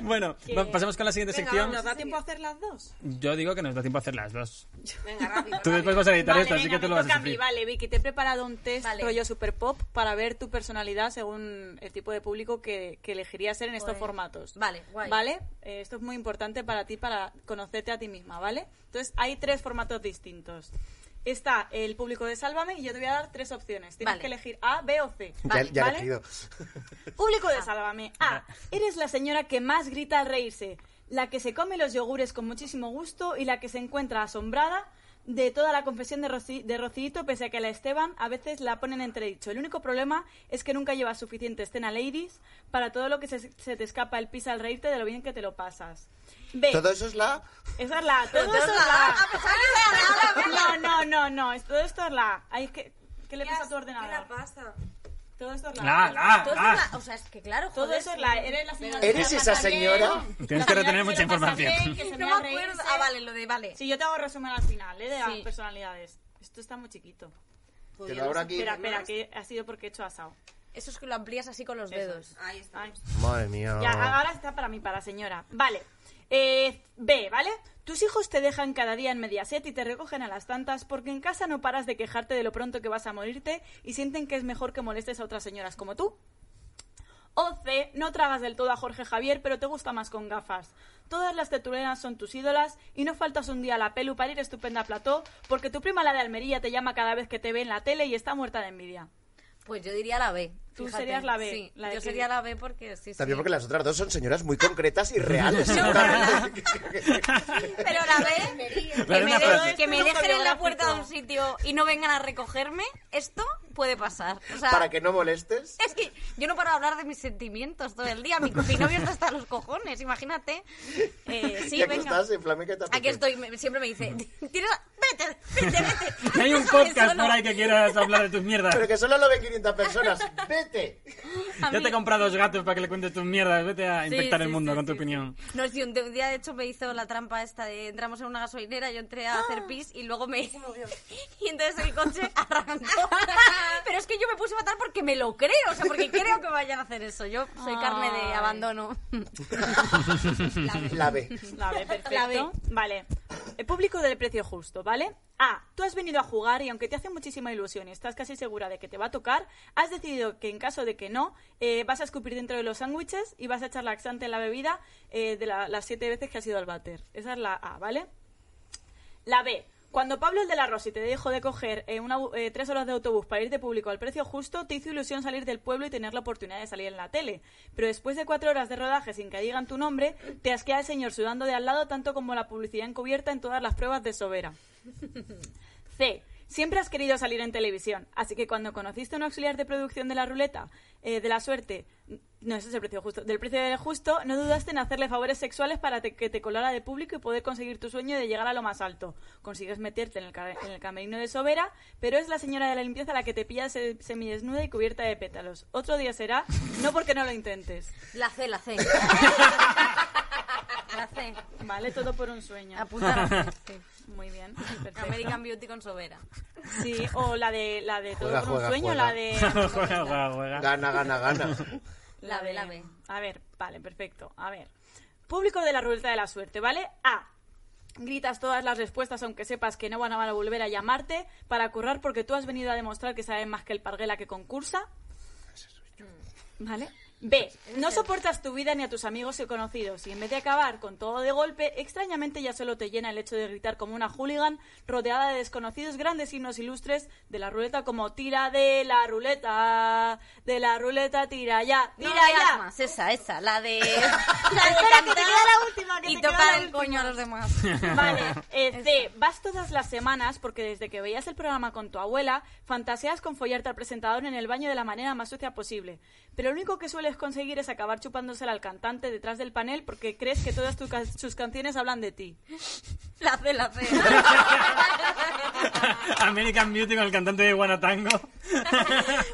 S1: Bueno, va- pasamos con la siguiente
S4: Venga,
S1: sección.
S5: ¿Nos da tiempo a hacer las dos?
S1: Yo digo que nos da tiempo a hacer las dos.
S4: Venga, rápido.
S1: Tú después
S4: rápido.
S1: vas a editar
S5: Vale,
S1: esto, así
S5: venga,
S1: que tú
S5: me
S1: lo vas a
S5: toca a mí.
S1: sufrir.
S5: Vale, Vicky, te he preparado un test
S2: Vale.
S5: rollo super pop para ver tu personalidad según el tipo de público que, que elegirías ser en estos
S2: Joder.
S5: formatos.
S2: Vale, guay.
S5: Vale, eh, esto es muy importante para ti, para conocerte a ti misma, ¿vale? Entonces, hay tres formatos distintos. Está el público de Sálvame y yo te voy a dar tres opciones. Tienes
S2: Vale.
S5: que elegir A, B o C.
S3: Ya, ya
S5: ¿vale?
S3: elegido.
S5: Público
S2: Ah.
S5: de Sálvame. A. Eres la señora que más grita al reírse, la que se come los yogures con muchísimo gusto y la que se encuentra asombrada de toda la confesión de, Roci- de Rocito, pese a que a la Esteban a veces la ponen entredicho. El único problema es que nunca llevas suficiente escena ladies para todo lo que se, se te escapa el pis al reírte de lo bien que te lo pasas. B.
S3: Todo eso es la.
S5: Esa es la A. Todo
S2: Todo
S5: eso
S2: es la A. Ah, pensaba que
S5: es la A. No, no, no, no. es- Todo esto es la A. Ay, es que, ¿Qué le pasa a tu
S4: ¿Qué le
S5: ordenador?
S4: pasa?
S5: Todo esto es la
S1: La,
S5: A.
S1: la,
S2: Todo
S1: la.
S2: eso es la- o sea, es que claro,
S5: Todo
S2: joder,
S5: eso es
S2: sí.
S5: la eres la señora.
S3: ¿Eres
S5: que se
S3: esa
S5: lo pasa
S3: señora?
S5: bien,
S1: Tienes
S5: la
S1: que
S5: señora
S1: retener mucha
S5: se lo pasa
S1: información.
S5: bien, que se
S2: No
S5: mea
S2: me acuerdo.
S5: reírse.
S2: Ah, vale, lo de vale.
S5: Sí, yo te hago resumen al final, ¿eh? De las
S2: Sí.
S5: personalidades. Esto está muy chiquito.
S2: Pues
S3: Te lo abro aquí.
S5: Espera, espera, que ha sido porque he hecho asado.
S2: Eso es que lo amplías así con los
S5: Eso.
S2: dedos.
S4: Ahí está.
S5: Ay.
S3: Madre mía.
S5: Ya, a- ahora está para mí, para señora. Vale. Eh, B, ¿vale? Tus hijos te dejan cada día en Mediaset y te recogen a las tantas porque en casa no paras de quejarte de lo pronto que vas a morirte y sienten que es mejor que molestes a otras señoras como tú. O C, no tragas del todo a Jorge Javier, pero te gusta más con gafas. Todas las tetulenas son tus ídolas y no faltas un día a la pelu para ir estupenda a plató porque tu prima la de Almería te llama cada vez que te ve en la tele y está muerta de envidia.
S2: Pues yo diría la B.
S5: Tú
S2: fíjate.
S5: serías la B,
S2: Sí,
S5: la de
S2: yo
S5: que-
S2: sería la B porque sí, sí.
S3: También porque las otras dos son señoras muy concretas y reales.
S2: No,
S3: seguramente.
S2: Pero la B,
S1: La de
S2: que me,
S1: una
S2: de-
S1: frase.
S2: que me
S5: Esto es
S2: dejen en la
S5: autobiográfico.
S2: puerta de un sitio y no vengan a recogerme, esto puede pasar. O sea,
S3: Para que no molestes.
S2: es que yo no paro de hablar de mis sentimientos todo el día. Mi, mi novio está hasta los cojones, imagínate. Eh, sí,
S3: ya que
S2: venga.
S3: estás en Flamenca y Tapete.
S2: Aquí estoy, me- siempre me dice, tienes... Vete, vete, vete.
S1: Hay un
S2: Déjame
S1: podcast
S2: solo.
S1: por ahí que quieras hablar de tus mierdas.
S3: Pero que solo lo ven 500 personas. ¡Vete!
S2: A
S1: Yo
S2: mí-
S1: te he comprado dos gatos para que le cuentes tus mierdas. Vete a
S2: Sí,
S1: infectar
S2: sí,
S1: el mundo
S2: sí,
S1: con tu
S2: sí,
S1: opinión.
S2: sí. No, sí, un de- un día de hecho me hizo la trampa esta de entramos en una gasolinera, yo entré a hacer pis y luego me... y entonces el coche arrancó. Pero es que yo me puse fatal porque me lo creo, o sea, porque creo que vayan a hacer eso. Yo soy carne de
S5: Ay.
S2: abandono.
S3: La B.
S5: La B, perfecto.
S2: La B.
S5: Vale. El público del precio justo, ¿vale? A. Tú has venido a jugar y aunque te hace muchísima ilusión y estás casi segura de que te va a tocar, has decidido que en caso de que no, eh, vas a escupir dentro de los sándwiches y vas a echar laxante en la bebida eh, de la- las siete veces que has ido al váter. Esa es la A, ¿vale? La B. Cuando Pablo el de la Rosy te dejó de coger eh, una bu- eh, tres horas de autobús para irte público al precio justo, te hizo ilusión salir del pueblo y tener la oportunidad de salir en la tele. Pero después de cuatro horas de rodaje sin que digan tu nombre, te asquea el señor sudando de al lado tanto como la publicidad encubierta en todas las pruebas de Sobera. C. Siempre has querido salir en televisión, así que cuando conociste a un auxiliar de producción de la ruleta, eh, de la suerte, no ese es el precio justo, del precio del justo, no dudaste en hacerle favores sexuales para te- que te colara de público y poder conseguir tu sueño de llegar a lo más alto. Consigues meterte en el, ca- en el camerino de Sobera, pero es la señora de la limpieza la que te pilla se- semidesnuda y cubierta de pétalos. Otro día será, no porque no lo intentes.
S2: La C, la C. la C.
S5: Vale, todo por un sueño.
S2: Apunta la C.
S5: Muy bien. perfecto.
S2: American Beauty con Sobera.
S5: Sí, o la de, la de todo
S3: Juega,
S5: por un
S3: juega,
S5: sueño,
S3: juega.
S5: la de...
S1: Juega, juega, juega.
S3: Gana, gana, gana.
S2: La B, la B.
S5: A ver, vale, perfecto. A ver. Público de la ruleta de la suerte, ¿vale? A. Gritas todas las respuestas aunque sepas que no van a volver a llamarte para currar porque tú has venido a demostrar que sabes más que el parguela que concursa. ¿Vale?
S2: Pues,
S5: B. No soportas tu vida ni a tus amigos y conocidos y en vez de acabar con todo de golpe, extrañamente ya solo te llena el hecho de gritar como una hooligan rodeada de desconocidos grandes signos ilustres de la ruleta como tira de la ruleta, de la ruleta tira ya, tira
S2: No,
S5: ya.
S2: la más, esa, esa, la de. La de
S5: espera, que te
S2: cantar
S5: queda la última, que
S2: y
S5: te queda
S2: tocar
S5: la
S2: el
S5: última.
S2: coño a los demás.
S5: Vale, eh, C, vas todas las semanas porque desde que veías el programa con tu abuela, fantaseas con follarte al presentador en el baño de la manera más sucia posible. Pero lo único que sueles conseguir es acabar chupándosela al cantante detrás del panel porque crees que todas tus ca- sus canciones hablan de ti.
S2: La C, la C.
S1: American Beauty con el cantante de Guanatango.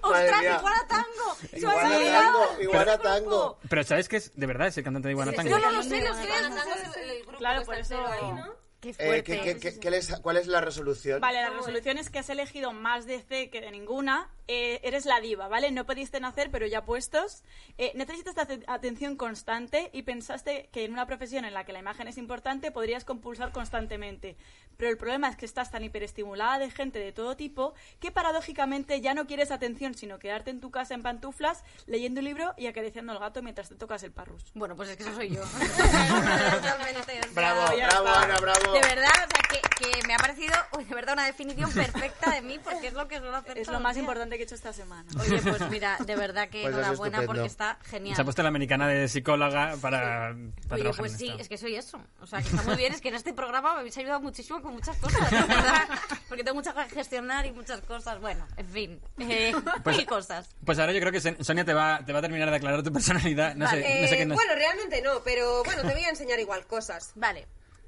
S2: ¡Ostras,
S3: mía.
S2: igual a tango! ¡Se me ha
S3: Igual a
S2: olvidado!
S3: tango, igual a tango.
S1: Pero ¿sabes que es? De verdad es el cantante de Guanatango.
S2: Yo no lo sé, los creo.
S5: Claro,
S4: pues
S5: por eso...
S2: ¡Qué
S3: Eh,
S2: fuerte!
S3: ¿qué- qué- qué- qué les- ¿Cuál es la resolución?
S5: Vale, la resolución es que has elegido más de C que de ninguna. Eh, eres la diva, ¿vale? No pediste nacer, pero ya puestos. Eh, necesitas ate- atención constante y pensaste que en una profesión en la que la imagen es importante podrías compulsar constantemente. Pero el problema es que estás tan hiperestimulada de gente de todo tipo que paradójicamente ya no quieres atención, sino quedarte en tu casa en pantuflas, leyendo un libro y acariciando al gato mientras te tocas el parrus.
S2: Bueno, pues es que eso soy yo. Realmente, o sea,
S3: Bravo,
S5: ya
S3: bravo,
S5: está.
S3: Ana, bravo.
S2: De verdad, o sea, que, que me ha parecido, uy, de verdad, una definición perfecta de mí, porque es lo que suelo hacer
S5: Es
S2: todos
S5: lo
S2: los
S5: más
S2: días.
S5: importante que he hecho esta semana.
S2: Oye, pues mira, de verdad que
S3: Pues es
S2: enhorabuena
S3: estupendo.
S2: porque está genial.
S1: Se ha puesto la americana de psicóloga para, para
S2: Oye,
S1: trabajar
S2: pues
S1: en
S2: sí,
S1: esto.
S2: es que soy eso. O sea, que está muy bien. Es que en este programa me habéis ayudado muchísimo con muchas cosas, de verdad. Porque tengo muchas cosas que gestionar y muchas cosas. Bueno, en fin. Eh,
S1: Pues-
S2: mil cosas.
S1: Pues ahora yo creo que Sen- Sonia te va, te va a terminar de aclarar tu personalidad. No sé,
S4: Eh,
S1: no sé qué nos-
S4: Bueno, realmente no, pero bueno, te voy a enseñar igual cosas.
S2: Vale.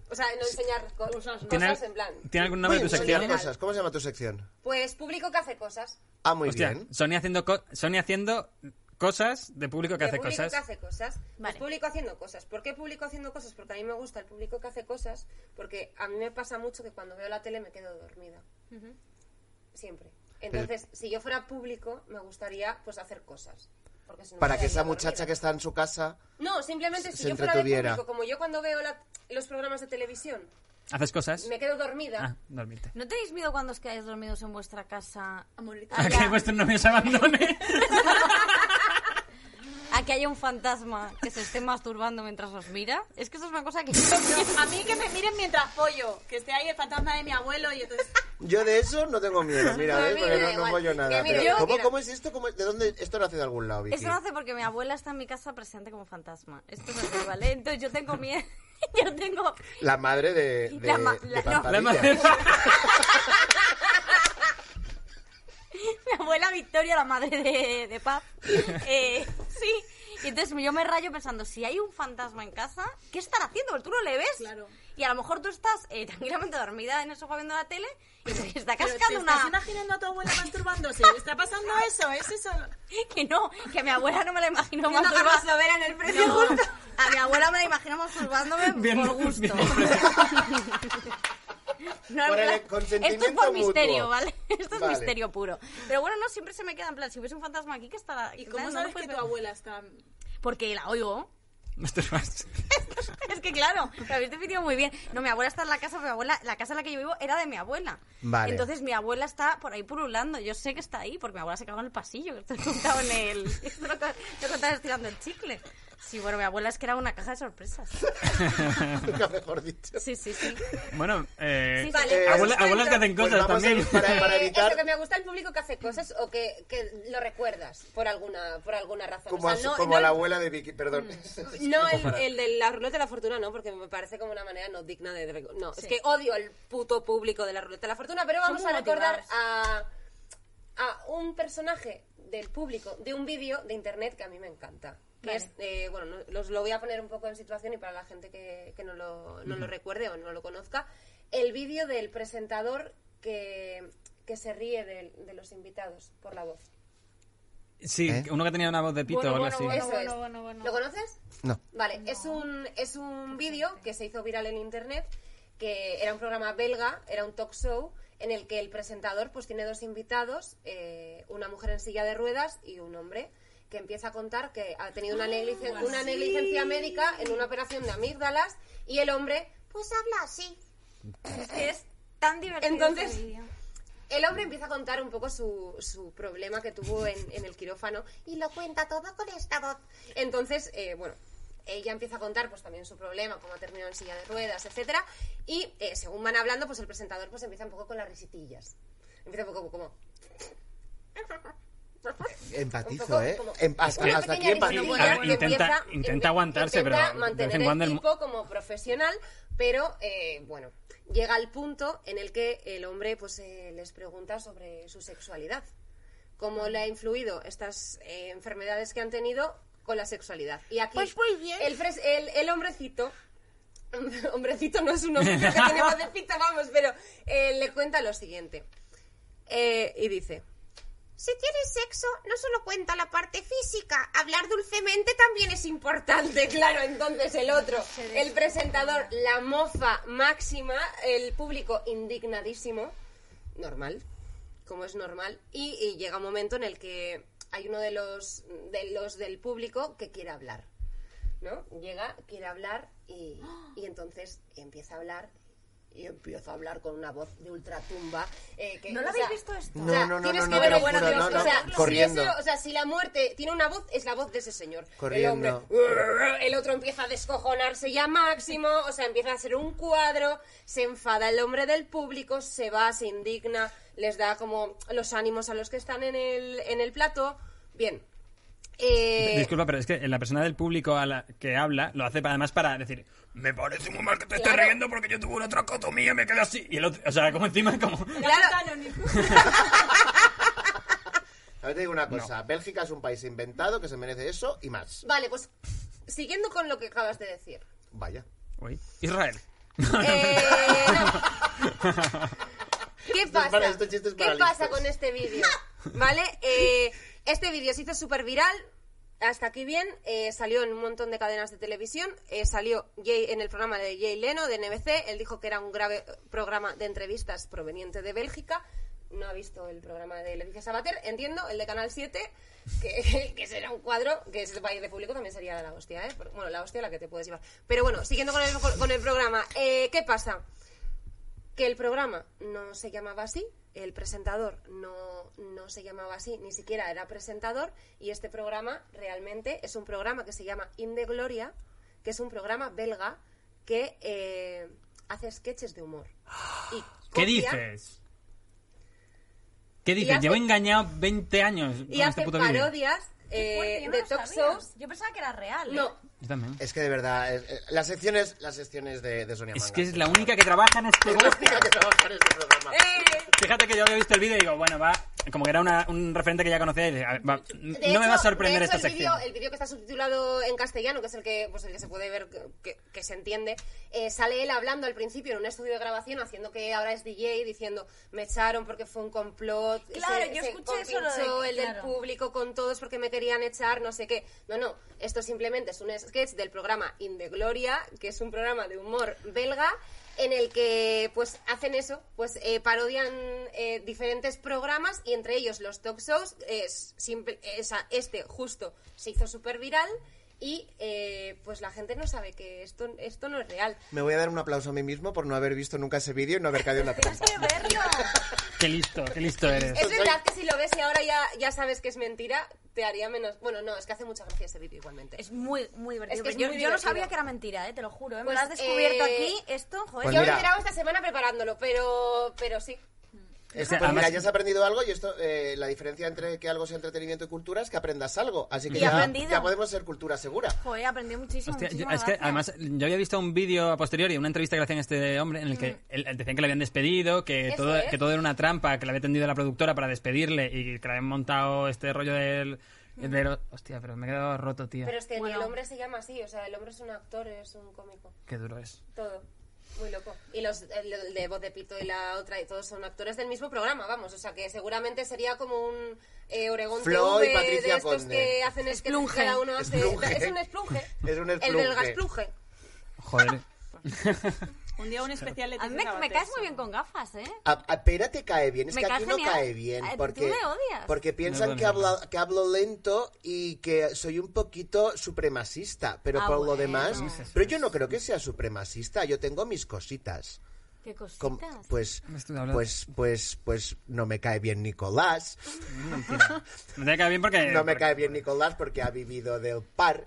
S4: O sea, no enseñar co- cosas,
S1: ¿Tiene,
S4: en plan.
S1: ¿Tiene algún nombre
S3: Oye,
S1: tu
S3: Sonia,
S1: sección?
S4: Sonia.
S3: cosas. ¿Cómo se llama tu sección?
S4: Pues público que hace cosas.
S3: Ah, muy
S1: Hostia,
S3: bien.
S1: Sonia haciendo, co- Sonia haciendo cosas de público que
S4: De
S1: hace
S4: público
S1: cosas.
S4: que hace cosas. Pues
S2: Vale.
S4: público haciendo cosas. ¿Por qué público haciendo cosas? Porque a mí me gusta el público que hace cosas, porque a mí me pasa mucho que cuando veo la tele me quedo dormida. Siempre. Entonces, si yo fuera público, me gustaría pues hacer cosas. Porque si no, me
S3: Para que
S4: quedaría
S3: esa muchacha
S4: dormida.
S3: que está en su casa...
S4: No, simplemente
S3: se
S4: si yo fuera de
S3: entretuviera.
S4: público, como yo cuando veo la- los programas de televisión,
S1: ¿Haces cosas?
S4: me quedo dormida.
S1: Ah, dormirte.
S2: ¿No tenéis miedo cuando os quedáis dormidos en vuestra casa?
S1: A que vuestro novio se pues abandone.
S2: A que haya un fantasma que se esté masturbando mientras os mira. Es que eso es una cosa que...
S5: A mí que me miren mientras pollo, que esté ahí el fantasma de mi abuelo y entonces...
S3: Yo de eso no tengo miedo, mira,
S4: No, a
S3: ¿ves?
S4: mí
S3: Porque
S4: me da
S3: no, no
S4: igual.
S3: follo nada.
S4: Que mira,
S3: Pero,
S4: yo-
S3: ¿cómo,
S4: mira.
S3: cómo es esto? ¿Cómo es- ¿De dónde? Esto nace de algún lado, Vicky.
S2: Eso lo hace porque mi abuela está en mi casa presente como fantasma. Esto es así, ¿vale? Entonces yo tengo miedo. Yo tengo...
S3: La madre de, de,
S2: La ma-
S3: de
S2: la- no.
S1: La
S3: Pamparilla.
S1: madre-
S2: mi abuela Victoria, la madre de, de Paz. Eh, sí. Y entonces yo me rayo pensando, si hay un fantasma en casa, ¿qué estará haciendo? Porque tú no le ves.
S5: Claro.
S2: Y a lo mejor tú estás eh, tranquilamente dormida en el sofá viendo la tele y te está
S5: Pero
S2: cascando
S5: ¿Te estás
S2: una...
S5: imaginando a tu abuela masturbándose? ¿Está pasando eso? ¿Es eso?
S2: Que no, que a mi abuela no me la imagino
S4: Viendo a Carlos
S2: masturbando.
S4: Lovera en el precio justo.
S2: A mi abuela me la imagino masturbándome
S1: Viendo-
S2: por gusto.
S1: viendo-
S2: No, en
S3: Por el
S2: plan- Esto
S3: consentimiento
S2: es por
S3: mutuo.
S2: misterio, ¿vale? Esto es
S3: Vale.
S2: misterio puro. Pero bueno, no, siempre se me queda en plan, si hubiese un fantasma aquí, que estará?
S5: ¿Y
S2: que
S5: cómo
S2: tal, no lo
S5: sabes que
S2: puedes
S5: tu
S2: ver?
S5: abuela está...?
S2: Porque la oigo.
S1: Masturbarse.
S2: Es que claro, lo habéis definido muy bien. No, mi abuela está en la casa, pero mi abuela, la casa en la que yo vivo era de mi abuela.
S3: Vale.
S2: Entonces mi abuela está por ahí pululando. Yo sé que está ahí, porque mi abuela se cagó en el pasillo, que estoy contado en el. Esto lo, co- lo contaba estirando el chicle. Sí, bueno, mi abuela es que era una caja de sorpresas.
S3: Nunca mejor dicho.
S2: Sí, sí, sí.
S1: Bueno, eh,
S2: Sí, sí.
S4: Vale,
S1: abuela-
S4: pues
S1: abuelas,
S4: os cuento-
S1: que hacen
S3: Pues
S1: cosas
S3: vamos a
S1: también.
S3: ir para, para
S4: Eh,
S3: evitar...
S4: Eso que me gusta el público que hace cosas o que, que lo recuerdas por alguna, por alguna razón.
S3: Como,
S4: o
S3: a,
S4: sea,
S3: su-
S4: no,
S3: como
S4: no Mm.
S3: a la
S4: el-
S3: abuela de Vicky, perdón.
S4: No el, el de la ruleta de la fortuna, no, porque me parece como una manera no digna de... de- No, es que odio al puto público de la ruleta de la fortuna, pero vamos
S2: muy
S4: a recordar
S2: motivados.
S4: a, a un personaje del público de un vídeo de internet que a mí me encanta. Que
S2: Vale.
S4: es, eh, bueno, no- los, lo voy a poner un poco en situación y para la gente que, que no, lo, no lo recuerde o no lo conozca, el vídeo del presentador que, que se ríe del- de, los invitados por la voz.
S1: Sí,
S3: ¿Eh?
S1: uno que tenía una voz de pito
S2: Bueno,
S1: o algo
S2: bueno,
S1: así.
S2: bueno.
S4: Eso es. ¿Lo conoces?
S3: No.
S4: Vale, es un, es un vídeo que se hizo viral en internet, que era un programa belga, era un talk show, en el que el presentador pues tiene dos invitados, eh, una mujer en silla de ruedas y un hombre, que empieza a contar que ha tenido una, negligen- una negligencia médica en una operación de amígdalas y el hombre pues habla así.
S2: Es que es tan divertido.
S4: Entonces-
S2: ese vídeo.
S4: El hombre empieza a contar un poco su, su problema que tuvo en, en el quirófano y lo cuenta todo con esta voz. Entonces, eh, bueno, ella empieza a contar pues también su problema, cómo ha terminado en silla de ruedas, etcétera. Y eh, según van hablando, pues el presentador pues empieza un poco con las risitillas. Empieza un poco como...
S3: Empatizo,
S4: Un poco
S3: ¿eh?
S4: como-
S3: Em- hasta,
S4: una
S3: hasta aquí
S4: pequeña
S3: empatizo. ¿eh?
S4: disciplina
S1: Bueno, bueno,
S4: que
S1: intenta- intenta
S4: empieza-
S1: aguantarse,
S4: intenta
S1: pero de
S4: mantener
S1: vez en cuando
S4: el
S1: el mo-
S4: tipo como profesional, pero eh, bueno, llega al punto en el que el hombre pues eh, les pregunta sobre su sexualidad, cómo le ha influido estas eh, enfermedades que han tenido con la sexualidad. Y aquí
S6: Pues muy bien.
S4: el, fres- el, el hombrecito hombrecito no es un hombre que tiene voz de pito, vamos, pero eh, le cuenta lo siguiente. Eh, y dice, si tienes sexo, no solo cuenta la parte física, hablar dulcemente también es importante, claro. Entonces el otro, el presentador, la mofa máxima, el público indignadísimo, normal, como es normal, y, y llega un momento en el que hay uno de los, de los del público que quiere hablar, ¿no? Llega, quiere hablar y, y entonces empieza a hablar. Y empieza a hablar con una voz de ultratumba. eh, que,
S2: ¿No lo
S4: o
S2: habéis
S4: sea,
S2: visto esto?
S3: No, no, no,
S4: tienes
S3: no,
S4: que
S3: no, te
S4: ver
S3: lo
S4: el-
S3: juro,
S4: bueno,
S3: no,
S4: Dios,
S3: no,
S4: o sea, si
S3: corriendo.
S4: ese- o sea, si la muerte tiene una voz, es la voz de ese señor.
S3: Corriendo.
S4: El hombre, el otro empieza a descojonarse ya máximo, o sea, empieza a hacer un cuadro, se enfada el hombre del público, se va, se indigna, les da como los ánimos a los que están en el, en el plato. Bien. Eh,
S2: este-
S1: Disculpa, pero es que la persona del público a la que habla lo hace pa- además para decir me parece muy mal que te
S4: Claro.
S1: estés riendo porque yo tuve una tracotomía y me quedé así. Y el otro, o sea, como encima, como...
S4: claro,
S3: A ver, te digo una cosa. Bélgica es un país inventado que se merece eso y más.
S4: vale, pues siguiendo con lo que acabas de decir.
S3: Vaya.
S1: Uy, Israel.
S4: Eh, no. ¿Qué
S3: es
S4: pasa?
S3: para- este chiste es para
S4: ¿Qué
S3: listos.
S4: pasa con este vídeo? ¿Vale? Eh, este vídeo se hizo súper viral. Hasta aquí bien, eh, salió en un montón de cadenas de televisión, eh, salió Jay, en el programa de Jay Leno de NBC, él dijo que era un grave eh, programa de entrevistas proveniente de Bélgica, no ha visto el programa de Leticia Sabater, entiendo, el de Canal 7, que, que será un cuadro, que ese país de público también sería la hostia, ¿eh? Pero, Bueno, la hostia a la que te puedes llevar. Pero bueno, siguiendo con el, con el programa, eh, ¿qué pasa? que el programa no se llamaba así, el presentador no, no se llamaba así, ni siquiera era presentador, y este programa realmente es un programa que se llama Inde Gloria, que es un programa belga que eh, hace sketches de humor. Y
S1: ¿Qué
S4: copia-
S1: dices? ¿Qué dices?
S4: hace-
S1: Llevo engañado 20 años con
S4: Y hace
S1: este puto vídeo.
S4: parodias eh,
S2: Fuerte, yo no
S4: de
S2: lo
S4: talk
S2: sabía.
S4: shows.
S2: Yo pensaba que era real. ¿eh?
S4: No,
S1: Yo también.
S3: Es que de verdad, es- eh, las secciones, las secciones de, de Sonia
S1: Es
S3: Manga.
S1: que es la única que trabaja en este
S3: Es la
S1: podcast.
S3: única que trabaja en este programa.
S2: Eh.
S1: Fíjate que yo había visto el vídeo y digo, bueno, va, como que era una- un referente que ya conocía y dije, a ver, va, no
S4: De
S1: me
S4: hecho-
S1: va a sorprender
S4: de hecho,
S1: esta
S4: el vídeo-
S1: sección.
S4: el vídeo que está subtitulado en castellano, que es el que, pues, el que se puede ver, que, que- que se entiende, eh, sale él hablando al principio en un estudio de grabación, haciendo que ahora es DJ, diciendo, me echaron porque fue un complot.
S2: Claro, yo escuché eso, lo de-
S4: compinchó el del
S2: claro.
S4: público con todos porque me querían echar, no sé qué. No, no, esto simplemente es un sketch del programa In the Gloria, que es un programa de humor belga en el que pues hacen eso, pues eh, parodian eh, diferentes programas y entre ellos los talk shows, es simple, es a- este justo se hizo súper viral y eh, pues la gente no sabe que esto, esto no es real.
S3: Me voy a dar un aplauso a mí mismo por no haber visto nunca ese vídeo y no haber caído en la trampa.
S4: que verlo!
S1: Qué listo, qué listo eres.
S4: Es verdad que si lo ves y ahora ya, ya sabes que es mentira, te haría menos... Bueno, no, es que hace mucha gracia ese vídeo igualmente.
S2: Es muy, muy divertido.
S4: Es que es
S2: yo,
S4: muy
S2: yo no
S4: divertido.
S2: sabía que era mentira, ¿eh? te lo juro. ¿eh? Me
S4: Pues,
S2: lo has descubierto
S4: eh,
S2: aquí, esto, joder.
S3: Pues
S4: Yo me
S3: mira.
S4: he enterado esta semana preparándolo, pero, pero sí.
S3: Esto,
S1: sea,
S3: pues mira,
S1: además-
S3: ya has aprendido algo y esto, eh, la diferencia entre que algo sea entretenimiento y cultura es que aprendas algo. Así que
S2: Y
S3: ya,
S2: aprendido.
S3: ya podemos ser cultura segura.
S2: Joder, aprendí muchísimo.
S1: Hostia, yo-
S2: muchísimas
S1: es que
S2: gracias.
S1: además yo había visto un vídeo a posteriori, una entrevista que le hacían a este hombre en el que él- él decían que le habían despedido, que
S4: Mm. Eso
S1: todo,
S4: es.
S1: que todo era una trampa, que le había tendido la productora para despedirle y que le habían montado este rollo del... del- hostia, pero me he quedado roto, tío.
S4: Mm. Pero es que
S2: Bueno.
S4: el hombre se llama así, o sea, el hombre es un actor, es un cómico,
S1: Qué duro es.
S4: todo. Muy loco. Y los el, el de Voz de Pito y la otra, y todos son actores del mismo programa, vamos. O sea, que seguramente sería como un eh, Oregón
S3: Flo y
S4: TV de
S3: Patricia
S4: estos
S3: Conde.
S4: que hacen es que
S2: Esplunge.
S4: cada uno hace.
S3: Esplunge.
S4: Es un esplunge.
S3: Es un
S4: El belga
S3: esplunge.
S4: esplunge.
S1: Joder.
S5: Un día un especial le
S2: A mí me, me caes muy bien con gafas, ¿eh?
S3: A, a Pera te cae bien, es
S2: Me
S3: que
S2: cae
S3: aquí no
S2: genial.
S3: cae bien.
S2: Eh, tú
S3: Porque,
S2: me odias.
S3: Porque piensan
S1: duele
S3: que,
S1: nada.
S3: habla- que hablo lento y que soy un poquito supremacista, pero
S2: Ah,
S3: por
S2: bueno.
S3: lo demás.
S2: Sí, sí, sí.
S3: Pero yo no creo que sea supremacista, yo tengo mis cositas.
S2: Qué cositas.
S3: Com- pues,
S1: Me estoy hablando.
S3: pues, pues, pues no me cae bien Nicolás.
S1: Me tiene que caer bien porque...
S3: No me
S1: porque-
S3: cae bien Nicolás porque ha vivido del par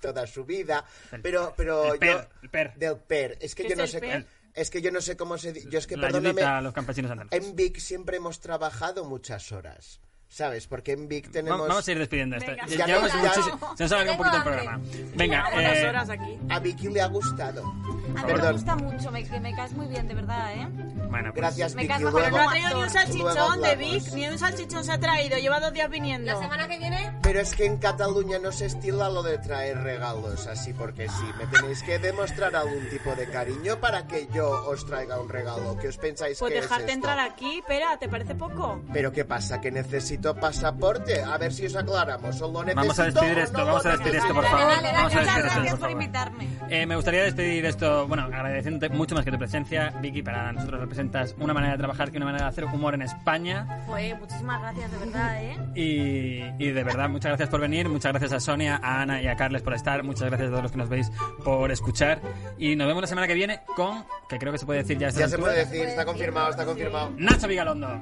S3: toda su vida, pero pero
S1: el per,
S3: yo-
S1: el per.
S3: del per, es que
S5: ¿Qué
S3: yo
S5: es
S3: no
S5: el
S3: sé
S5: per?
S3: es que yo no sé cómo se di- yo es que
S1: la
S3: perdóname
S1: ayudita a los campesinos andaluces.
S3: en Vic siempre hemos trabajado muchas horas, ¿sabes? Porque en Vic tenemos
S1: Mm, Vamos, vamos a ir despidiendo esto.
S5: Venga.
S1: Ya-
S3: Ya
S1: llevamos
S3: no, ya
S1: muchísimo-
S3: no.
S1: Se nos alarga un
S2: Tengo
S1: poquito el
S2: hambre.
S1: programa. Venga,
S5: Las
S1: eh,
S5: horas aquí.
S3: a Vicky le ha gustado.
S2: A mí me
S3: Perdón.
S2: gusta mucho, me, que me caes muy bien, de verdad, ¿eh?
S1: bueno, pues,
S3: Gracias
S2: Me
S3: Vicky.
S2: calma,
S5: Pero
S3: luego-
S5: no ha traído ni un
S3: luego
S5: salchichón de
S3: hablamos.
S5: Vic, ni un salchichón se ha traído, lleva dos días viniendo.
S4: La semana que viene,
S3: Pero es que en Cataluña no se estila lo de traer regalos así porque sí. Me tenéis que demostrar algún tipo de cariño para que yo os traiga un regalo. ¿Qué os pensáis
S5: Pues
S3: que es
S5: dejarte
S3: esto?
S5: entrar aquí, pera, ¿te parece poco?
S3: Pero ¿qué pasa? ¿Que necesito pasaporte? A ver si os aclaramos. ¿O lo necesito
S1: Vamos a despedir
S3: o
S1: esto,
S3: no lo
S1: vamos a despedir esto, por
S2: Dale,
S1: favor.
S2: dale, dale,
S1: Vamos a
S2: muchas
S1: despedir esto,
S2: gracias
S1: por
S2: por
S1: favor.
S2: invitarme.
S1: Eh, me gustaría despedir esto, bueno, agradeciéndote mucho más que tu presencia, Vicky, para nosotros representas una manera de trabajar que una manera de hacer humor en España.
S2: Joder, muchísimas gracias, de verdad, ¿eh?
S1: Y, y de verdad, muchas gracias por venir, muchas gracias a Sonia, a Ana y a Carles por estar, muchas gracias a todos los que nos veis por escuchar. Y nos vemos la semana que viene con, que creo que se puede decir ya a estas
S3: Ya se puede ¡Uh!
S1: alturas,
S3: decir, está confirmado, está confirmado.
S1: Nacho Vigalondo.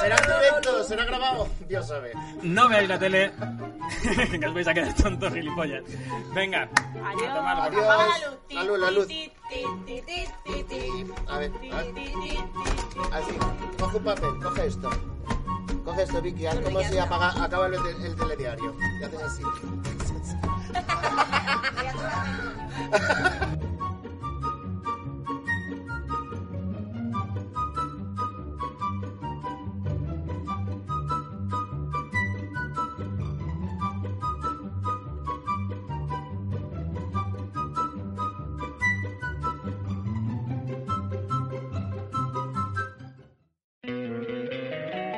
S3: Será en directo, será grabado. Dios sabe.
S1: No veáis la tele, que os vais a quedar tontos gilipollas. Venga,
S5: Adiós.
S1: a tomarlo, por favor.
S5: Apaga
S3: La luz, la luz.
S5: Ti, ti, ti, ti, ti, ti, ti.
S3: A ver, a ver.
S5: Ti, ti, ti, ti, ti.
S3: Así, coge un papel, coge esto. Coge esto, Vicky, haz como si apaga, acaba el, tel- el telediario. Y haces así.